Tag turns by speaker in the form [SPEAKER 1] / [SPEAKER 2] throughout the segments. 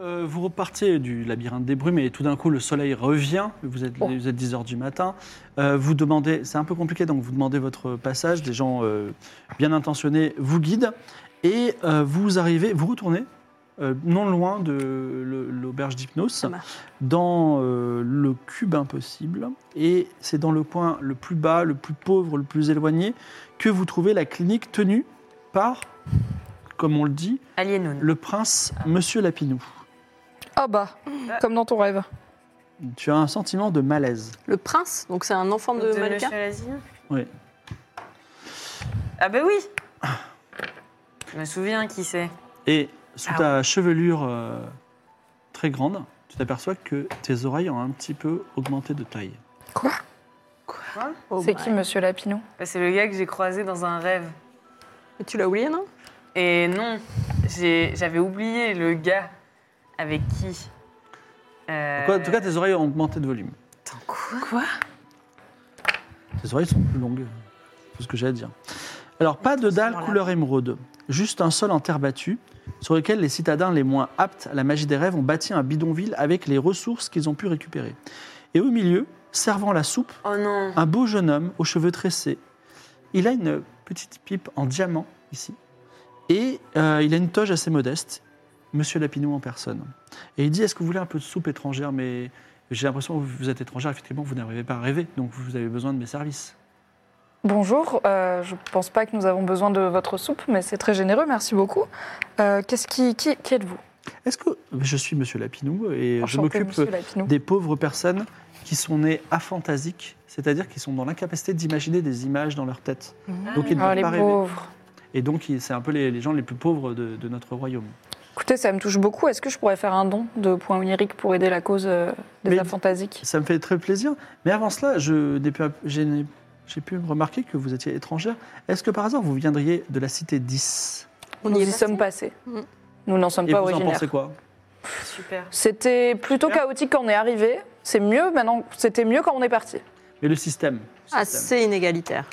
[SPEAKER 1] Euh, vous repartez du labyrinthe des brumes et tout d'un coup le soleil revient. Vous êtes,
[SPEAKER 2] Oh.
[SPEAKER 1] vous êtes 10 heures du matin. Euh, vous demandez, c'est un peu compliqué, donc vous demandez votre passage. Des gens euh, bien intentionnés vous guident et euh, vous arrivez, vous retournez euh, non loin de le- l'auberge d'hypnose,
[SPEAKER 2] Ça marche.
[SPEAKER 1] dans euh, le cube impossible. Et c'est dans le coin le plus bas, le plus pauvre, le plus éloigné que vous trouvez la clinique tenue par, comme on le dit,
[SPEAKER 3] Alienoun.
[SPEAKER 1] le prince Monsieur Lapinou.
[SPEAKER 2] Ah bah, comme dans ton rêve.
[SPEAKER 1] Tu as un sentiment de malaise.
[SPEAKER 4] Le prince, donc c'est un enfant de,
[SPEAKER 3] de
[SPEAKER 4] mannequin.
[SPEAKER 3] Monsieur Lazine
[SPEAKER 1] Oui.
[SPEAKER 3] Ah ben oui Je me souviens qui c'est.
[SPEAKER 1] Et sous
[SPEAKER 3] Ah
[SPEAKER 1] ta chevelure euh, très grande, tu t'aperçois que tes oreilles ont un petit peu augmenté de taille.
[SPEAKER 4] Oh
[SPEAKER 2] C'est
[SPEAKER 4] my.
[SPEAKER 2] qui, monsieur Lapinou
[SPEAKER 3] Bah, C'est le gars que j'ai croisé dans un rêve.
[SPEAKER 4] Mais Tu l'as oublié, non
[SPEAKER 3] Et non, j'ai- j'avais oublié le gars avec qui. Euh,
[SPEAKER 1] En quoi- en tout cas, tes oreilles ont augmenté de volume.
[SPEAKER 3] Attends, quoi
[SPEAKER 1] Tes oreilles sont plus longues, c'est ce que j'ai à dire. Alors, pas de dalle couleur émeraude, juste un sol en terre battue, sur lequel les citadins les moins aptes à la magie des rêves ont bâti un bidonville avec les ressources qu'ils ont pu récupérer. Et au milieu, servant la soupe,
[SPEAKER 3] Oh non
[SPEAKER 1] un beau jeune homme aux cheveux tressés. Il a une petite pipe en diamant ici. Et euh, il a une toge assez modeste, Monsieur Lapinou en personne. Et il dit, est-ce que vous voulez un peu de soupe étrangère Mais j'ai l'impression que vous êtes étrangère, effectivement, vous n'arrivez pas à rêver, donc vous avez besoin de mes services.
[SPEAKER 2] Bonjour, euh, je pense pas que nous avons besoin de votre soupe, mais c'est très généreux, merci beaucoup. Euh, Qu'est-ce qui, qui, qui êtes-vous
[SPEAKER 1] Est-ce que je suis Monsieur Lapinou et je
[SPEAKER 2] Enchanté,
[SPEAKER 1] m'occupe
[SPEAKER 2] monsieur Lapinou.
[SPEAKER 1] des pauvres personnes qui sont nées aphantasiques, c'est-à-dire qui sont dans l'incapacité d'imaginer des images dans leur tête. Donc ils ne
[SPEAKER 2] Ah,
[SPEAKER 1] peuvent
[SPEAKER 2] les
[SPEAKER 1] pas rêver.
[SPEAKER 2] pauvres.
[SPEAKER 1] Et donc ils- c'est un peu les, les gens les plus pauvres de- de notre royaume.
[SPEAKER 2] Écoutez, ça me touche beaucoup. Est-ce que je pourrais faire un don de points oniriques pour aider la cause euh, des
[SPEAKER 1] Mais-
[SPEAKER 2] aphantasiques
[SPEAKER 1] Ça me fait très plaisir. Mais avant cela, je n'ai pas- j'ai n'ai- j'ai pu remarquer que vous étiez étrangère. Est-ce que par hasard vous viendriez de la cité 10
[SPEAKER 4] On
[SPEAKER 2] Nous
[SPEAKER 4] y
[SPEAKER 2] y
[SPEAKER 4] est.
[SPEAKER 2] sommes passés.
[SPEAKER 4] Mm.
[SPEAKER 2] Nous n'en sommes
[SPEAKER 1] Et
[SPEAKER 2] pas
[SPEAKER 1] vous en
[SPEAKER 2] originaires.
[SPEAKER 1] pensez quoi
[SPEAKER 3] Ah, Super.
[SPEAKER 2] C'était plutôt chaotique quand on est arrivé. C'est mieux maintenant. C'était mieux quand on est parti.
[SPEAKER 1] Mais le système.
[SPEAKER 2] Ah,
[SPEAKER 1] le système.
[SPEAKER 4] Assez inégalitaire.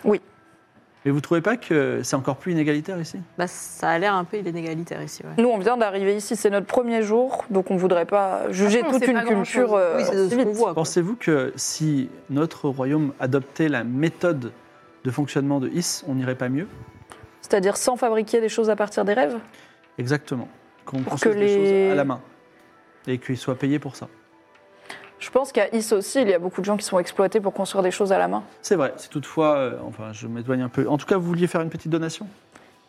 [SPEAKER 1] Mais vous trouvez pas que c'est encore plus inégalitaire ici
[SPEAKER 4] Bah, ça a l'air un peu inégalitaire ici, ouais.
[SPEAKER 2] Nous, on vient d'arriver ici. C'est notre premier jour, donc on voudrait pas juger
[SPEAKER 4] Ah,
[SPEAKER 3] Après, on
[SPEAKER 2] toute
[SPEAKER 3] sait
[SPEAKER 2] une
[SPEAKER 3] pas grand-chose.
[SPEAKER 2] culture. euh,
[SPEAKER 4] oui, c'est de ce qu'on voit. quoi.
[SPEAKER 1] Pensez-vous que si notre royaume adoptait la méthode de fonctionnement de Is, on n'irait pas mieux
[SPEAKER 2] C'est-à-dire sans fabriquer des choses à partir des rêves.
[SPEAKER 1] Exactement. Qu'on
[SPEAKER 2] Pour
[SPEAKER 1] construise
[SPEAKER 2] que
[SPEAKER 1] les...
[SPEAKER 2] les-
[SPEAKER 1] choses à la main. Et qu'ils soient payés pour ça.
[SPEAKER 2] Je pense qu'à Is aussi, il y a beaucoup de gens qui sont exploités pour construire des choses à la main.
[SPEAKER 1] C'est vrai. C'est toutefois... euh, enfin, je m'éloigne un peu. En tout cas, vous vouliez faire une petite donation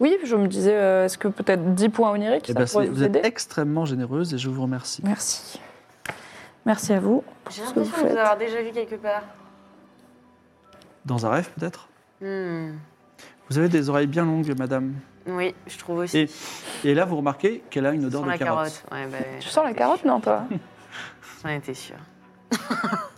[SPEAKER 2] Oui, je me disais, euh, est-ce que peut-être 10 points oniriques,
[SPEAKER 1] Eh
[SPEAKER 2] ça
[SPEAKER 1] ben,
[SPEAKER 2] pourrait
[SPEAKER 1] c'est-
[SPEAKER 2] vous
[SPEAKER 1] vous êtes
[SPEAKER 2] aider
[SPEAKER 1] extrêmement généreuse et je vous remercie.
[SPEAKER 2] Merci. Merci à vous.
[SPEAKER 3] J'ai
[SPEAKER 2] Ce que vous
[SPEAKER 3] l'impression de
[SPEAKER 2] faites.
[SPEAKER 3] vous avoir déjà vu quelque part.
[SPEAKER 1] Dans un rêve peut-être
[SPEAKER 3] Hmm.
[SPEAKER 1] Vous avez des oreilles bien longues, madame.
[SPEAKER 3] Oui, je trouve aussi.
[SPEAKER 1] Et, et là, vous remarquez qu'elle a une odeur
[SPEAKER 3] Sans
[SPEAKER 1] de
[SPEAKER 3] la
[SPEAKER 1] carotte.
[SPEAKER 3] carotte. Ouais, bah,
[SPEAKER 2] Tu sens la carotte, non, toi
[SPEAKER 3] J'en étais sûre.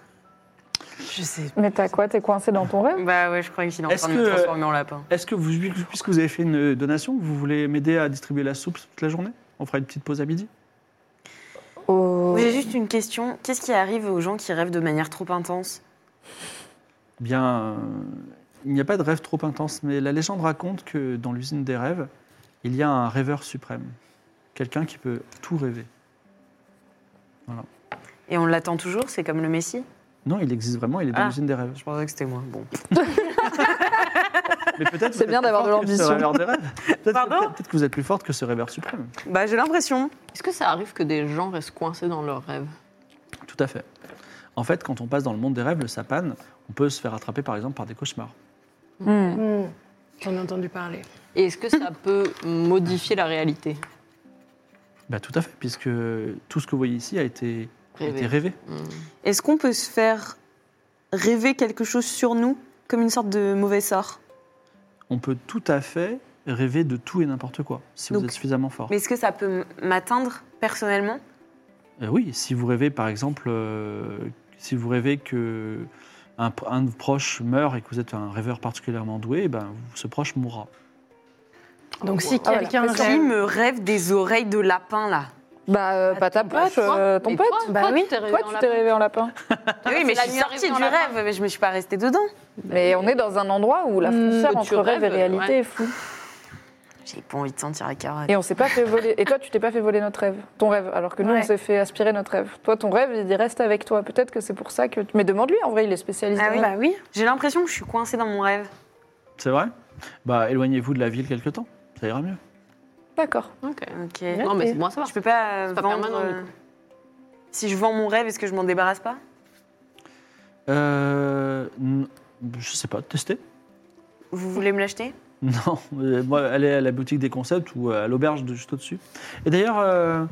[SPEAKER 3] je sais.
[SPEAKER 2] Mais t'as quoi T'es coincé dans ton rêve
[SPEAKER 3] Bah ouais, je croyais qu'il est en
[SPEAKER 1] Est-ce
[SPEAKER 3] train de me
[SPEAKER 1] que-
[SPEAKER 3] transformer en lapin.
[SPEAKER 1] Est-ce que vous, puisque vous avez fait une donation, vous voulez m'aider à distribuer la soupe toute la journée On fera une petite pause à midi.
[SPEAKER 2] Oh.
[SPEAKER 3] J'ai juste une question. Qu'est-ce qui arrive aux gens qui rêvent de manière trop intense
[SPEAKER 1] Bien, euh, il n'y a pas de rêve trop intense, mais la légende raconte que dans l'usine des rêves, il y a un rêveur suprême, quelqu'un qui peut tout rêver.
[SPEAKER 3] Et on l'attend toujours, c'est comme le Messie
[SPEAKER 1] Non, il existe vraiment, il est dans
[SPEAKER 3] Ah.
[SPEAKER 1] l'usine des rêves.
[SPEAKER 3] Je pensais que c'était moi. Bon.
[SPEAKER 1] Mais peut-être
[SPEAKER 2] C'est
[SPEAKER 1] vous
[SPEAKER 2] bien
[SPEAKER 1] êtes plus
[SPEAKER 2] d'avoir de
[SPEAKER 1] forte que ce
[SPEAKER 2] l'ambition.
[SPEAKER 1] rêveur des rêves. Peut-être
[SPEAKER 3] Pardon
[SPEAKER 1] peut-être que vous êtes plus forte que ce rêveur suprême.
[SPEAKER 3] Bah j'ai l'impression.
[SPEAKER 4] Est-ce que ça arrive que des gens restent coincés dans leurs rêves
[SPEAKER 1] Tout à fait. En fait, quand on passe dans le monde des rêves, le sapane, on peut se faire attraper par exemple par des cauchemars.
[SPEAKER 2] Hmm.
[SPEAKER 5] J'en ai entendu parler.
[SPEAKER 4] Et est-ce que ça peut modifier la réalité
[SPEAKER 1] Bah, tout à fait, puisque tout ce que vous voyez ici a été C'était
[SPEAKER 4] rêver
[SPEAKER 1] rêvé.
[SPEAKER 4] Hmm.
[SPEAKER 6] Est-ce qu'on peut se faire rêver quelque chose sur nous, comme une sorte de mauvais sort
[SPEAKER 1] On peut tout à fait rêver de tout et n'importe quoi, si vous
[SPEAKER 6] Donc-
[SPEAKER 1] êtes suffisamment fort.
[SPEAKER 6] Mais est-ce que ça peut m- m'atteindre personnellement
[SPEAKER 1] Euh, oui, si vous rêvez par exemple, euh, si vous rêvez que un, pr- un de vos proches meurt et que vous êtes un rêveur particulièrement doué, eh ben, vous- ce proche mourra.
[SPEAKER 4] Oh,
[SPEAKER 5] Donc si
[SPEAKER 2] Ah, voilà.
[SPEAKER 5] quelqu'un
[SPEAKER 2] Parce
[SPEAKER 5] rêve-
[SPEAKER 6] Qui me rêve des oreilles de lapin, là
[SPEAKER 2] Bah, euh, pas ta
[SPEAKER 4] Toi,
[SPEAKER 2] poche,
[SPEAKER 4] toi,
[SPEAKER 2] euh, ton
[SPEAKER 4] mais
[SPEAKER 2] pote.
[SPEAKER 4] toi,
[SPEAKER 2] Toi,
[SPEAKER 5] Bah
[SPEAKER 4] toi,
[SPEAKER 5] oui.
[SPEAKER 4] tu t'es rêvé en
[SPEAKER 2] tu t'es
[SPEAKER 4] lapin.
[SPEAKER 2] rêvé en lapin.
[SPEAKER 6] Ah Oui,
[SPEAKER 4] c'est
[SPEAKER 6] mais je
[SPEAKER 4] la
[SPEAKER 6] suis
[SPEAKER 4] nuit arrive
[SPEAKER 6] sortie
[SPEAKER 4] dans
[SPEAKER 6] du
[SPEAKER 4] la
[SPEAKER 6] rêve, mais je ne suis pas restée dedans.
[SPEAKER 2] Mais on est dans un endroit Mm. où la
[SPEAKER 5] Hmm,
[SPEAKER 2] frontière
[SPEAKER 4] que
[SPEAKER 2] entre
[SPEAKER 4] tu
[SPEAKER 2] rêve et
[SPEAKER 4] rêves,
[SPEAKER 2] réalité
[SPEAKER 4] ouais.
[SPEAKER 2] est floue.
[SPEAKER 6] J'ai pas envie de sentir la carotte.
[SPEAKER 2] Et on s'est pas fait voler. Et toi, tu t'es pas fait voler notre rêve, ton rêve, alors que nous,
[SPEAKER 6] Ouais.
[SPEAKER 2] on s'est fait aspirer notre rêve. Toi, ton rêve, il dit reste avec toi. Peut-être que c'est pour ça que. tu- Mais demande-lui, en vrai, il est spécialiste.
[SPEAKER 6] Ah
[SPEAKER 2] en
[SPEAKER 6] oui,
[SPEAKER 2] rêve.
[SPEAKER 6] bah oui. J'ai l'impression que je suis coincée dans mon rêve.
[SPEAKER 1] C'est vrai Bah éloignez-vous de la ville quelque temps, ça ira mieux.
[SPEAKER 2] D'accord.
[SPEAKER 4] Ok.
[SPEAKER 6] Ok.
[SPEAKER 4] Non, mais c'est bon à savoir.
[SPEAKER 6] Je peux pas euh,
[SPEAKER 4] pas
[SPEAKER 6] vendre.
[SPEAKER 4] permanent, du
[SPEAKER 6] euh, Si je vends mon rêve, est-ce que je m'en débarrasse pas
[SPEAKER 1] Euh, n- je sais pas, testez.
[SPEAKER 6] Vous voulez me l'acheter
[SPEAKER 1] Non, euh, moi, allez à la boutique des concepts ou à l'auberge de juste au-dessus. Et d'ailleurs, euh,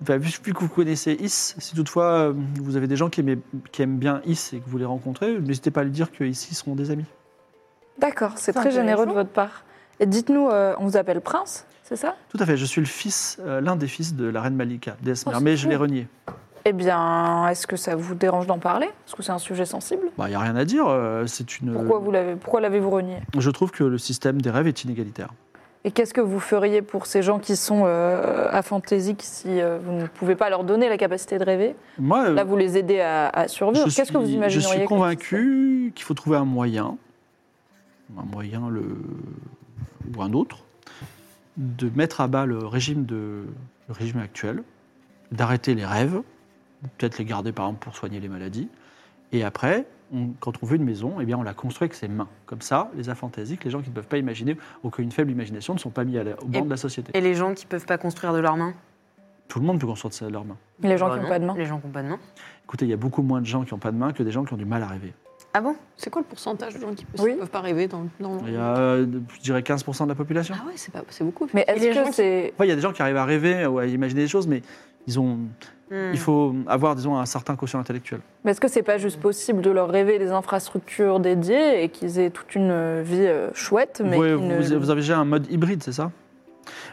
[SPEAKER 1] bah, vu vu que vous connaissez Is, si toutefois euh, vous avez des gens qui, aimaient- qui aiment bien Is et que vous les rencontrez, n'hésitez pas à lui dire qu'ici seront des amis.
[SPEAKER 2] D'accord, c'est
[SPEAKER 5] C'est
[SPEAKER 2] très généreux de
[SPEAKER 5] intéressant.
[SPEAKER 2] votre part. Et dites-nous, euh, on vous appelle Prince, c'est ça
[SPEAKER 1] Tout à fait, je suis le fils, euh, l'un des fils de la reine Malika, déesse
[SPEAKER 2] Oh,
[SPEAKER 1] mère,
[SPEAKER 2] c'est
[SPEAKER 1] mais je
[SPEAKER 2] cool.
[SPEAKER 1] l'ai renié.
[SPEAKER 2] Eh bien, est-ce que ça vous dérange d'en parler Est-ce que c'est un sujet sensible
[SPEAKER 1] Bah, il n'y a rien à dire, euh, c'est une...
[SPEAKER 2] Pourquoi vous l'avez, pourquoi l'avez-vous renié
[SPEAKER 1] Je trouve que le système des rêves est inégalitaire.
[SPEAKER 2] Et qu'est-ce que vous feriez pour ces gens qui sont euh, aphantésiques si euh, vous ne pouvez pas leur donner la capacité de rêver
[SPEAKER 1] Moi, euh,
[SPEAKER 2] Là, vous les aidez à, à survivre.
[SPEAKER 1] je
[SPEAKER 2] Qu'est-ce que vous
[SPEAKER 1] suis-
[SPEAKER 2] imagineriez
[SPEAKER 1] Je suis
[SPEAKER 2] comme système
[SPEAKER 1] convaincu qu'il faut trouver un moyen, un moyen le, ou un autre, de mettre à bas le régime, de, le régime actuel, d'arrêter les rêves, peut-être les garder par exemple pour soigner les maladies, et après, on- quand on veut une maison, eh bien, on la construit avec ses mains. Comme ça, les aphantasiques, les gens qui ne peuvent pas imaginer ou qui ont une faible imagination ne sont pas mis à la- au banc de la société.
[SPEAKER 6] Et les gens qui peuvent pas construire de leurs mains
[SPEAKER 1] Tout le monde peut construire de ça de leurs mains.
[SPEAKER 2] Les gens
[SPEAKER 6] Bah
[SPEAKER 2] qui
[SPEAKER 6] non,
[SPEAKER 2] n'ont pas de main.
[SPEAKER 6] Les gens qui ont pas de main.
[SPEAKER 1] Écoutez, il y a beaucoup moins de gens qui n'ont pas de main que des gens qui ont du mal à rêver.
[SPEAKER 6] Ah bon
[SPEAKER 4] C'est quoi le pourcentage de gens qui ne
[SPEAKER 2] Oui.
[SPEAKER 4] peuvent pas rêver dans, dans le
[SPEAKER 1] Il y a, euh, je dirais, 15% de la population.
[SPEAKER 4] Ah ouais, c'est pas- c'est beaucoup.
[SPEAKER 2] Mais
[SPEAKER 5] les
[SPEAKER 2] est-ce
[SPEAKER 5] gens
[SPEAKER 2] que
[SPEAKER 5] qui-
[SPEAKER 2] c'est.
[SPEAKER 1] Enfin, il y a des gens qui arrivent à rêver ou à imaginer des choses, mais ils ont,
[SPEAKER 6] Hmm.
[SPEAKER 1] il faut avoir, disons, un certain quotient intellectuel.
[SPEAKER 2] Mais est-ce que c'est pas juste possible de leur rêver des infrastructures dédiées et qu'ils aient toute une euh, vie euh, chouette, mais
[SPEAKER 1] vous,
[SPEAKER 2] qu'ils
[SPEAKER 1] vous-
[SPEAKER 2] ne-
[SPEAKER 1] vous avez déjà un mode hybride, c'est ça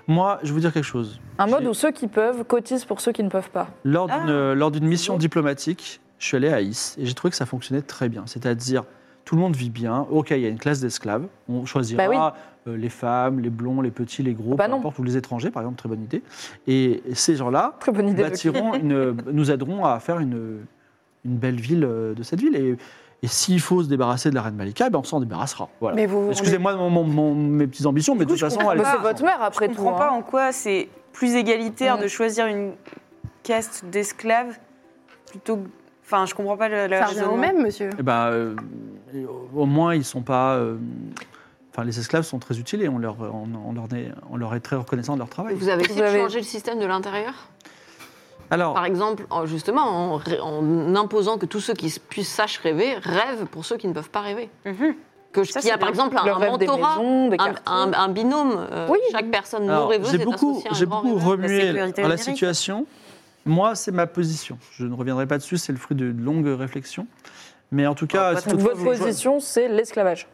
[SPEAKER 1] Moi, je vais vous dire quelque chose.
[SPEAKER 2] un mode
[SPEAKER 1] j'ai-
[SPEAKER 2] où ceux qui peuvent cotisent pour ceux qui ne peuvent pas
[SPEAKER 1] Lors d'une euh, lors d'une mission diplomatique, je suis allé à Is et j'ai trouvé que ça fonctionnait très bien. C'est-à-dire, tout le monde vit bien. Ok, il y a une classe d'esclaves. On choisira
[SPEAKER 2] Bah
[SPEAKER 1] euh, les femmes, les blonds, les petits, les gros,
[SPEAKER 2] Ah bah
[SPEAKER 1] peu
[SPEAKER 2] non.
[SPEAKER 1] importe, ou les étrangers, par exemple, très bonne idée. Et ces gens-là,
[SPEAKER 2] Très bonne idée. Loki.
[SPEAKER 1] bâtirons une- nous aiderons à faire une, une belle ville euh, de cette ville. Et, et s'il faut se débarrasser de la reine Malika, eh ben on s'en débarrassera. Voilà.
[SPEAKER 5] Mais vous, vous
[SPEAKER 1] Excusez-moi de mon- mon- mon- mes petites ambitions, mais de toute façon, elle
[SPEAKER 2] Mais
[SPEAKER 1] est-
[SPEAKER 2] Bah, c'est votre mère après
[SPEAKER 6] Je
[SPEAKER 2] tout.
[SPEAKER 6] comprends
[SPEAKER 2] hein.
[SPEAKER 6] pas en quoi c'est plus égalitaire
[SPEAKER 2] Hmm.
[SPEAKER 6] de choisir une caste d'esclaves plutôt que. Enfin, je comprends pas le, le
[SPEAKER 5] rendez- ça revient
[SPEAKER 6] raisonnement.
[SPEAKER 5] au même, monsieur.
[SPEAKER 1] Eh ben, euh, au moins, ils sont pas. euh, Enfin, les esclaves sont très utiles et on leur, on, on leur, est, on leur est très reconnaissant de leur travail.
[SPEAKER 4] Vous avez
[SPEAKER 2] Vous
[SPEAKER 4] essayé de
[SPEAKER 2] avez-
[SPEAKER 4] changer le système de l'intérieur
[SPEAKER 1] Alors,
[SPEAKER 4] Par exemple, en- justement, en, ré- en imposant que tous ceux qui s- puissent sachent rêver rêvent pour ceux qui ne peuvent pas rêver.
[SPEAKER 6] Mhm.
[SPEAKER 4] Que je-
[SPEAKER 6] Ça,
[SPEAKER 4] qu'il y a
[SPEAKER 6] c'est
[SPEAKER 4] par
[SPEAKER 6] bien.
[SPEAKER 4] exemple un,
[SPEAKER 2] Leur
[SPEAKER 4] un
[SPEAKER 2] rêve des
[SPEAKER 4] mentorat,
[SPEAKER 2] maisons, des
[SPEAKER 4] un,
[SPEAKER 2] quartiers.
[SPEAKER 4] un- un binôme. euh,
[SPEAKER 2] Oui.
[SPEAKER 4] chaque personne non
[SPEAKER 1] alors,
[SPEAKER 4] rêveuse
[SPEAKER 1] j'ai
[SPEAKER 4] est
[SPEAKER 1] beaucoup,
[SPEAKER 4] associée à un
[SPEAKER 1] j'ai
[SPEAKER 4] grand
[SPEAKER 1] beaucoup
[SPEAKER 4] rêveur.
[SPEAKER 1] remué
[SPEAKER 6] sécurité
[SPEAKER 1] la
[SPEAKER 6] numérique.
[SPEAKER 1] situation. Moi, c'est ma position. Je ne reviendrai pas dessus, c'est le fruit de longues réflexions. Mais en tout cas,
[SPEAKER 6] pas
[SPEAKER 1] si
[SPEAKER 6] trop.
[SPEAKER 1] toutefois
[SPEAKER 2] Votre
[SPEAKER 1] vous-
[SPEAKER 2] position, c'est l'esclavage.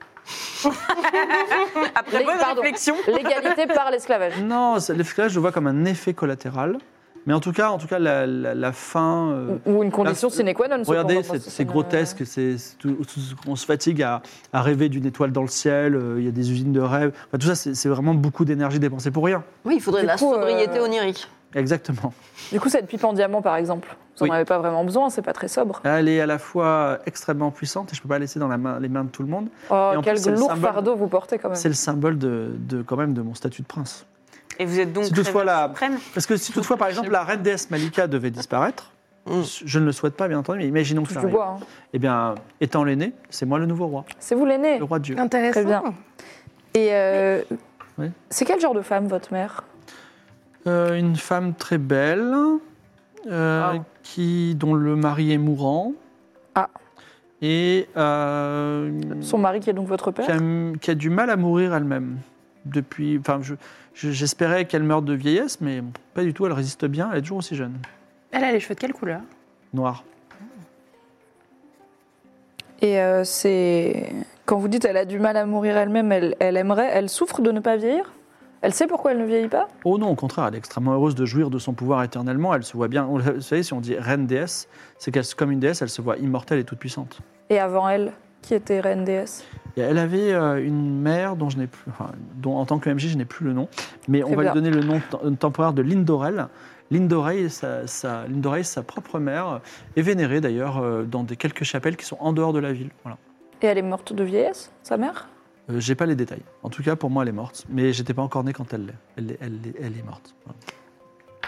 [SPEAKER 6] Après
[SPEAKER 2] Les-
[SPEAKER 6] bonne
[SPEAKER 2] pardon.
[SPEAKER 6] réflexion.
[SPEAKER 2] L'égalité par l'esclavage.
[SPEAKER 1] Non, c'est- l'esclavage, je le vois comme un effet collatéral. Mais en tout cas, en tout cas la, la- la fin. euh,
[SPEAKER 2] Ou- Ou une condition
[SPEAKER 1] là,
[SPEAKER 2] sine qua non.
[SPEAKER 1] regardez,
[SPEAKER 2] cependant,
[SPEAKER 1] c'est
[SPEAKER 2] dans Mm. ce
[SPEAKER 1] c'est
[SPEAKER 2] système, euh,
[SPEAKER 1] grotesque. c'est- c'est tout- tout- on se fatigue à, à rêver d'une étoile dans le ciel. euh, Il y a des usines de rêve. Enfin, tout ça, c'est c'est vraiment beaucoup d'énergie dépensée pour rien.
[SPEAKER 4] Oui, il faudrait
[SPEAKER 2] Du
[SPEAKER 4] de la
[SPEAKER 2] coup, euh,
[SPEAKER 4] sobriété onirique.
[SPEAKER 1] Exactement.
[SPEAKER 2] Du coup, cette pipe en diamant, par exemple, vous n'en
[SPEAKER 1] Oui.
[SPEAKER 2] avez pas vraiment besoin, c'est pas très sobre.
[SPEAKER 1] Elle est à la fois extrêmement puissante et je peux pas la laisser dans la main- les mains de tout le monde.
[SPEAKER 2] Oh,
[SPEAKER 1] Et en
[SPEAKER 2] quel
[SPEAKER 1] plus, c'est le
[SPEAKER 2] lourd
[SPEAKER 1] symbole-
[SPEAKER 2] fardeau vous portez quand même.
[SPEAKER 1] C'est le symbole de, de- quand même de mon statut de prince.
[SPEAKER 6] Et vous êtes donc
[SPEAKER 1] Si toutefois
[SPEAKER 6] rêveuse
[SPEAKER 1] la-
[SPEAKER 6] suprême
[SPEAKER 1] Parce que si toutefois, par exemple, la reine déesse Malika devait disparaître,
[SPEAKER 4] Mm.
[SPEAKER 1] je ne le souhaite pas, bien entendu, mais imaginons que
[SPEAKER 2] Touche
[SPEAKER 1] ça
[SPEAKER 2] du
[SPEAKER 1] arrive.
[SPEAKER 2] bois. hein.
[SPEAKER 1] Eh bien, étant l'aîné, c'est moi le nouveau roi,
[SPEAKER 2] C'est vous l'aîné.
[SPEAKER 1] le roi de Dieu.
[SPEAKER 5] Intéressant.
[SPEAKER 2] Très bien. Et euh,
[SPEAKER 1] Oui.
[SPEAKER 2] c'est quel genre de femme, votre mère
[SPEAKER 1] Euh, une femme très belle, euh,
[SPEAKER 2] Wow.
[SPEAKER 1] qui, dont le mari est mourant.
[SPEAKER 2] Ah.
[SPEAKER 1] Et euh,
[SPEAKER 2] Son mari qui est donc votre
[SPEAKER 1] qui, a,
[SPEAKER 2] père
[SPEAKER 1] qui a du mal à mourir elle-même. Depuis, enfin, je- je- j'espérais qu'elle meure de vieillesse, mais pas du tout. Elle résiste bien. Elle est toujours aussi jeune.
[SPEAKER 5] Elle a les cheveux de quelle couleur
[SPEAKER 1] noire.
[SPEAKER 2] Et euh, c'est. Quand vous dites elle a du mal à mourir elle-même, elle, elle aimerait, elle souffre de ne pas vieillir Elle sait pourquoi elle ne vieillit pas
[SPEAKER 1] Oh non, au contraire, elle est extrêmement heureuse de jouir de son pouvoir éternellement. Elle se voit bien. Vous savez, si on dit reine déesse, c'est qu'elle, comme une déesse, elle se voit immortelle et toute puissante.
[SPEAKER 2] Et avant elle, qui était reine déesse
[SPEAKER 1] Et elle avait euh, une mère dont je n'ai plus, enfin, dont en tant que MJ je n'ai plus le nom, mais on
[SPEAKER 2] Très
[SPEAKER 1] va
[SPEAKER 2] bien.
[SPEAKER 1] lui donner le nom tem- temporaire de Lindorel. Lindorel, sa, sa- Lindorel, sa propre mère, euh, est vénérée d'ailleurs euh, dans des quelques chapelles qui sont en dehors de la ville. Voilà.
[SPEAKER 2] Et elle est morte de vieillesse, sa mère
[SPEAKER 1] Euh, J'ai pas les détails. En tout cas, pour moi, elle est morte. Mais j'étais pas encore né quand elle l'est. Elle, est- elle est- elle est morte. Voilà.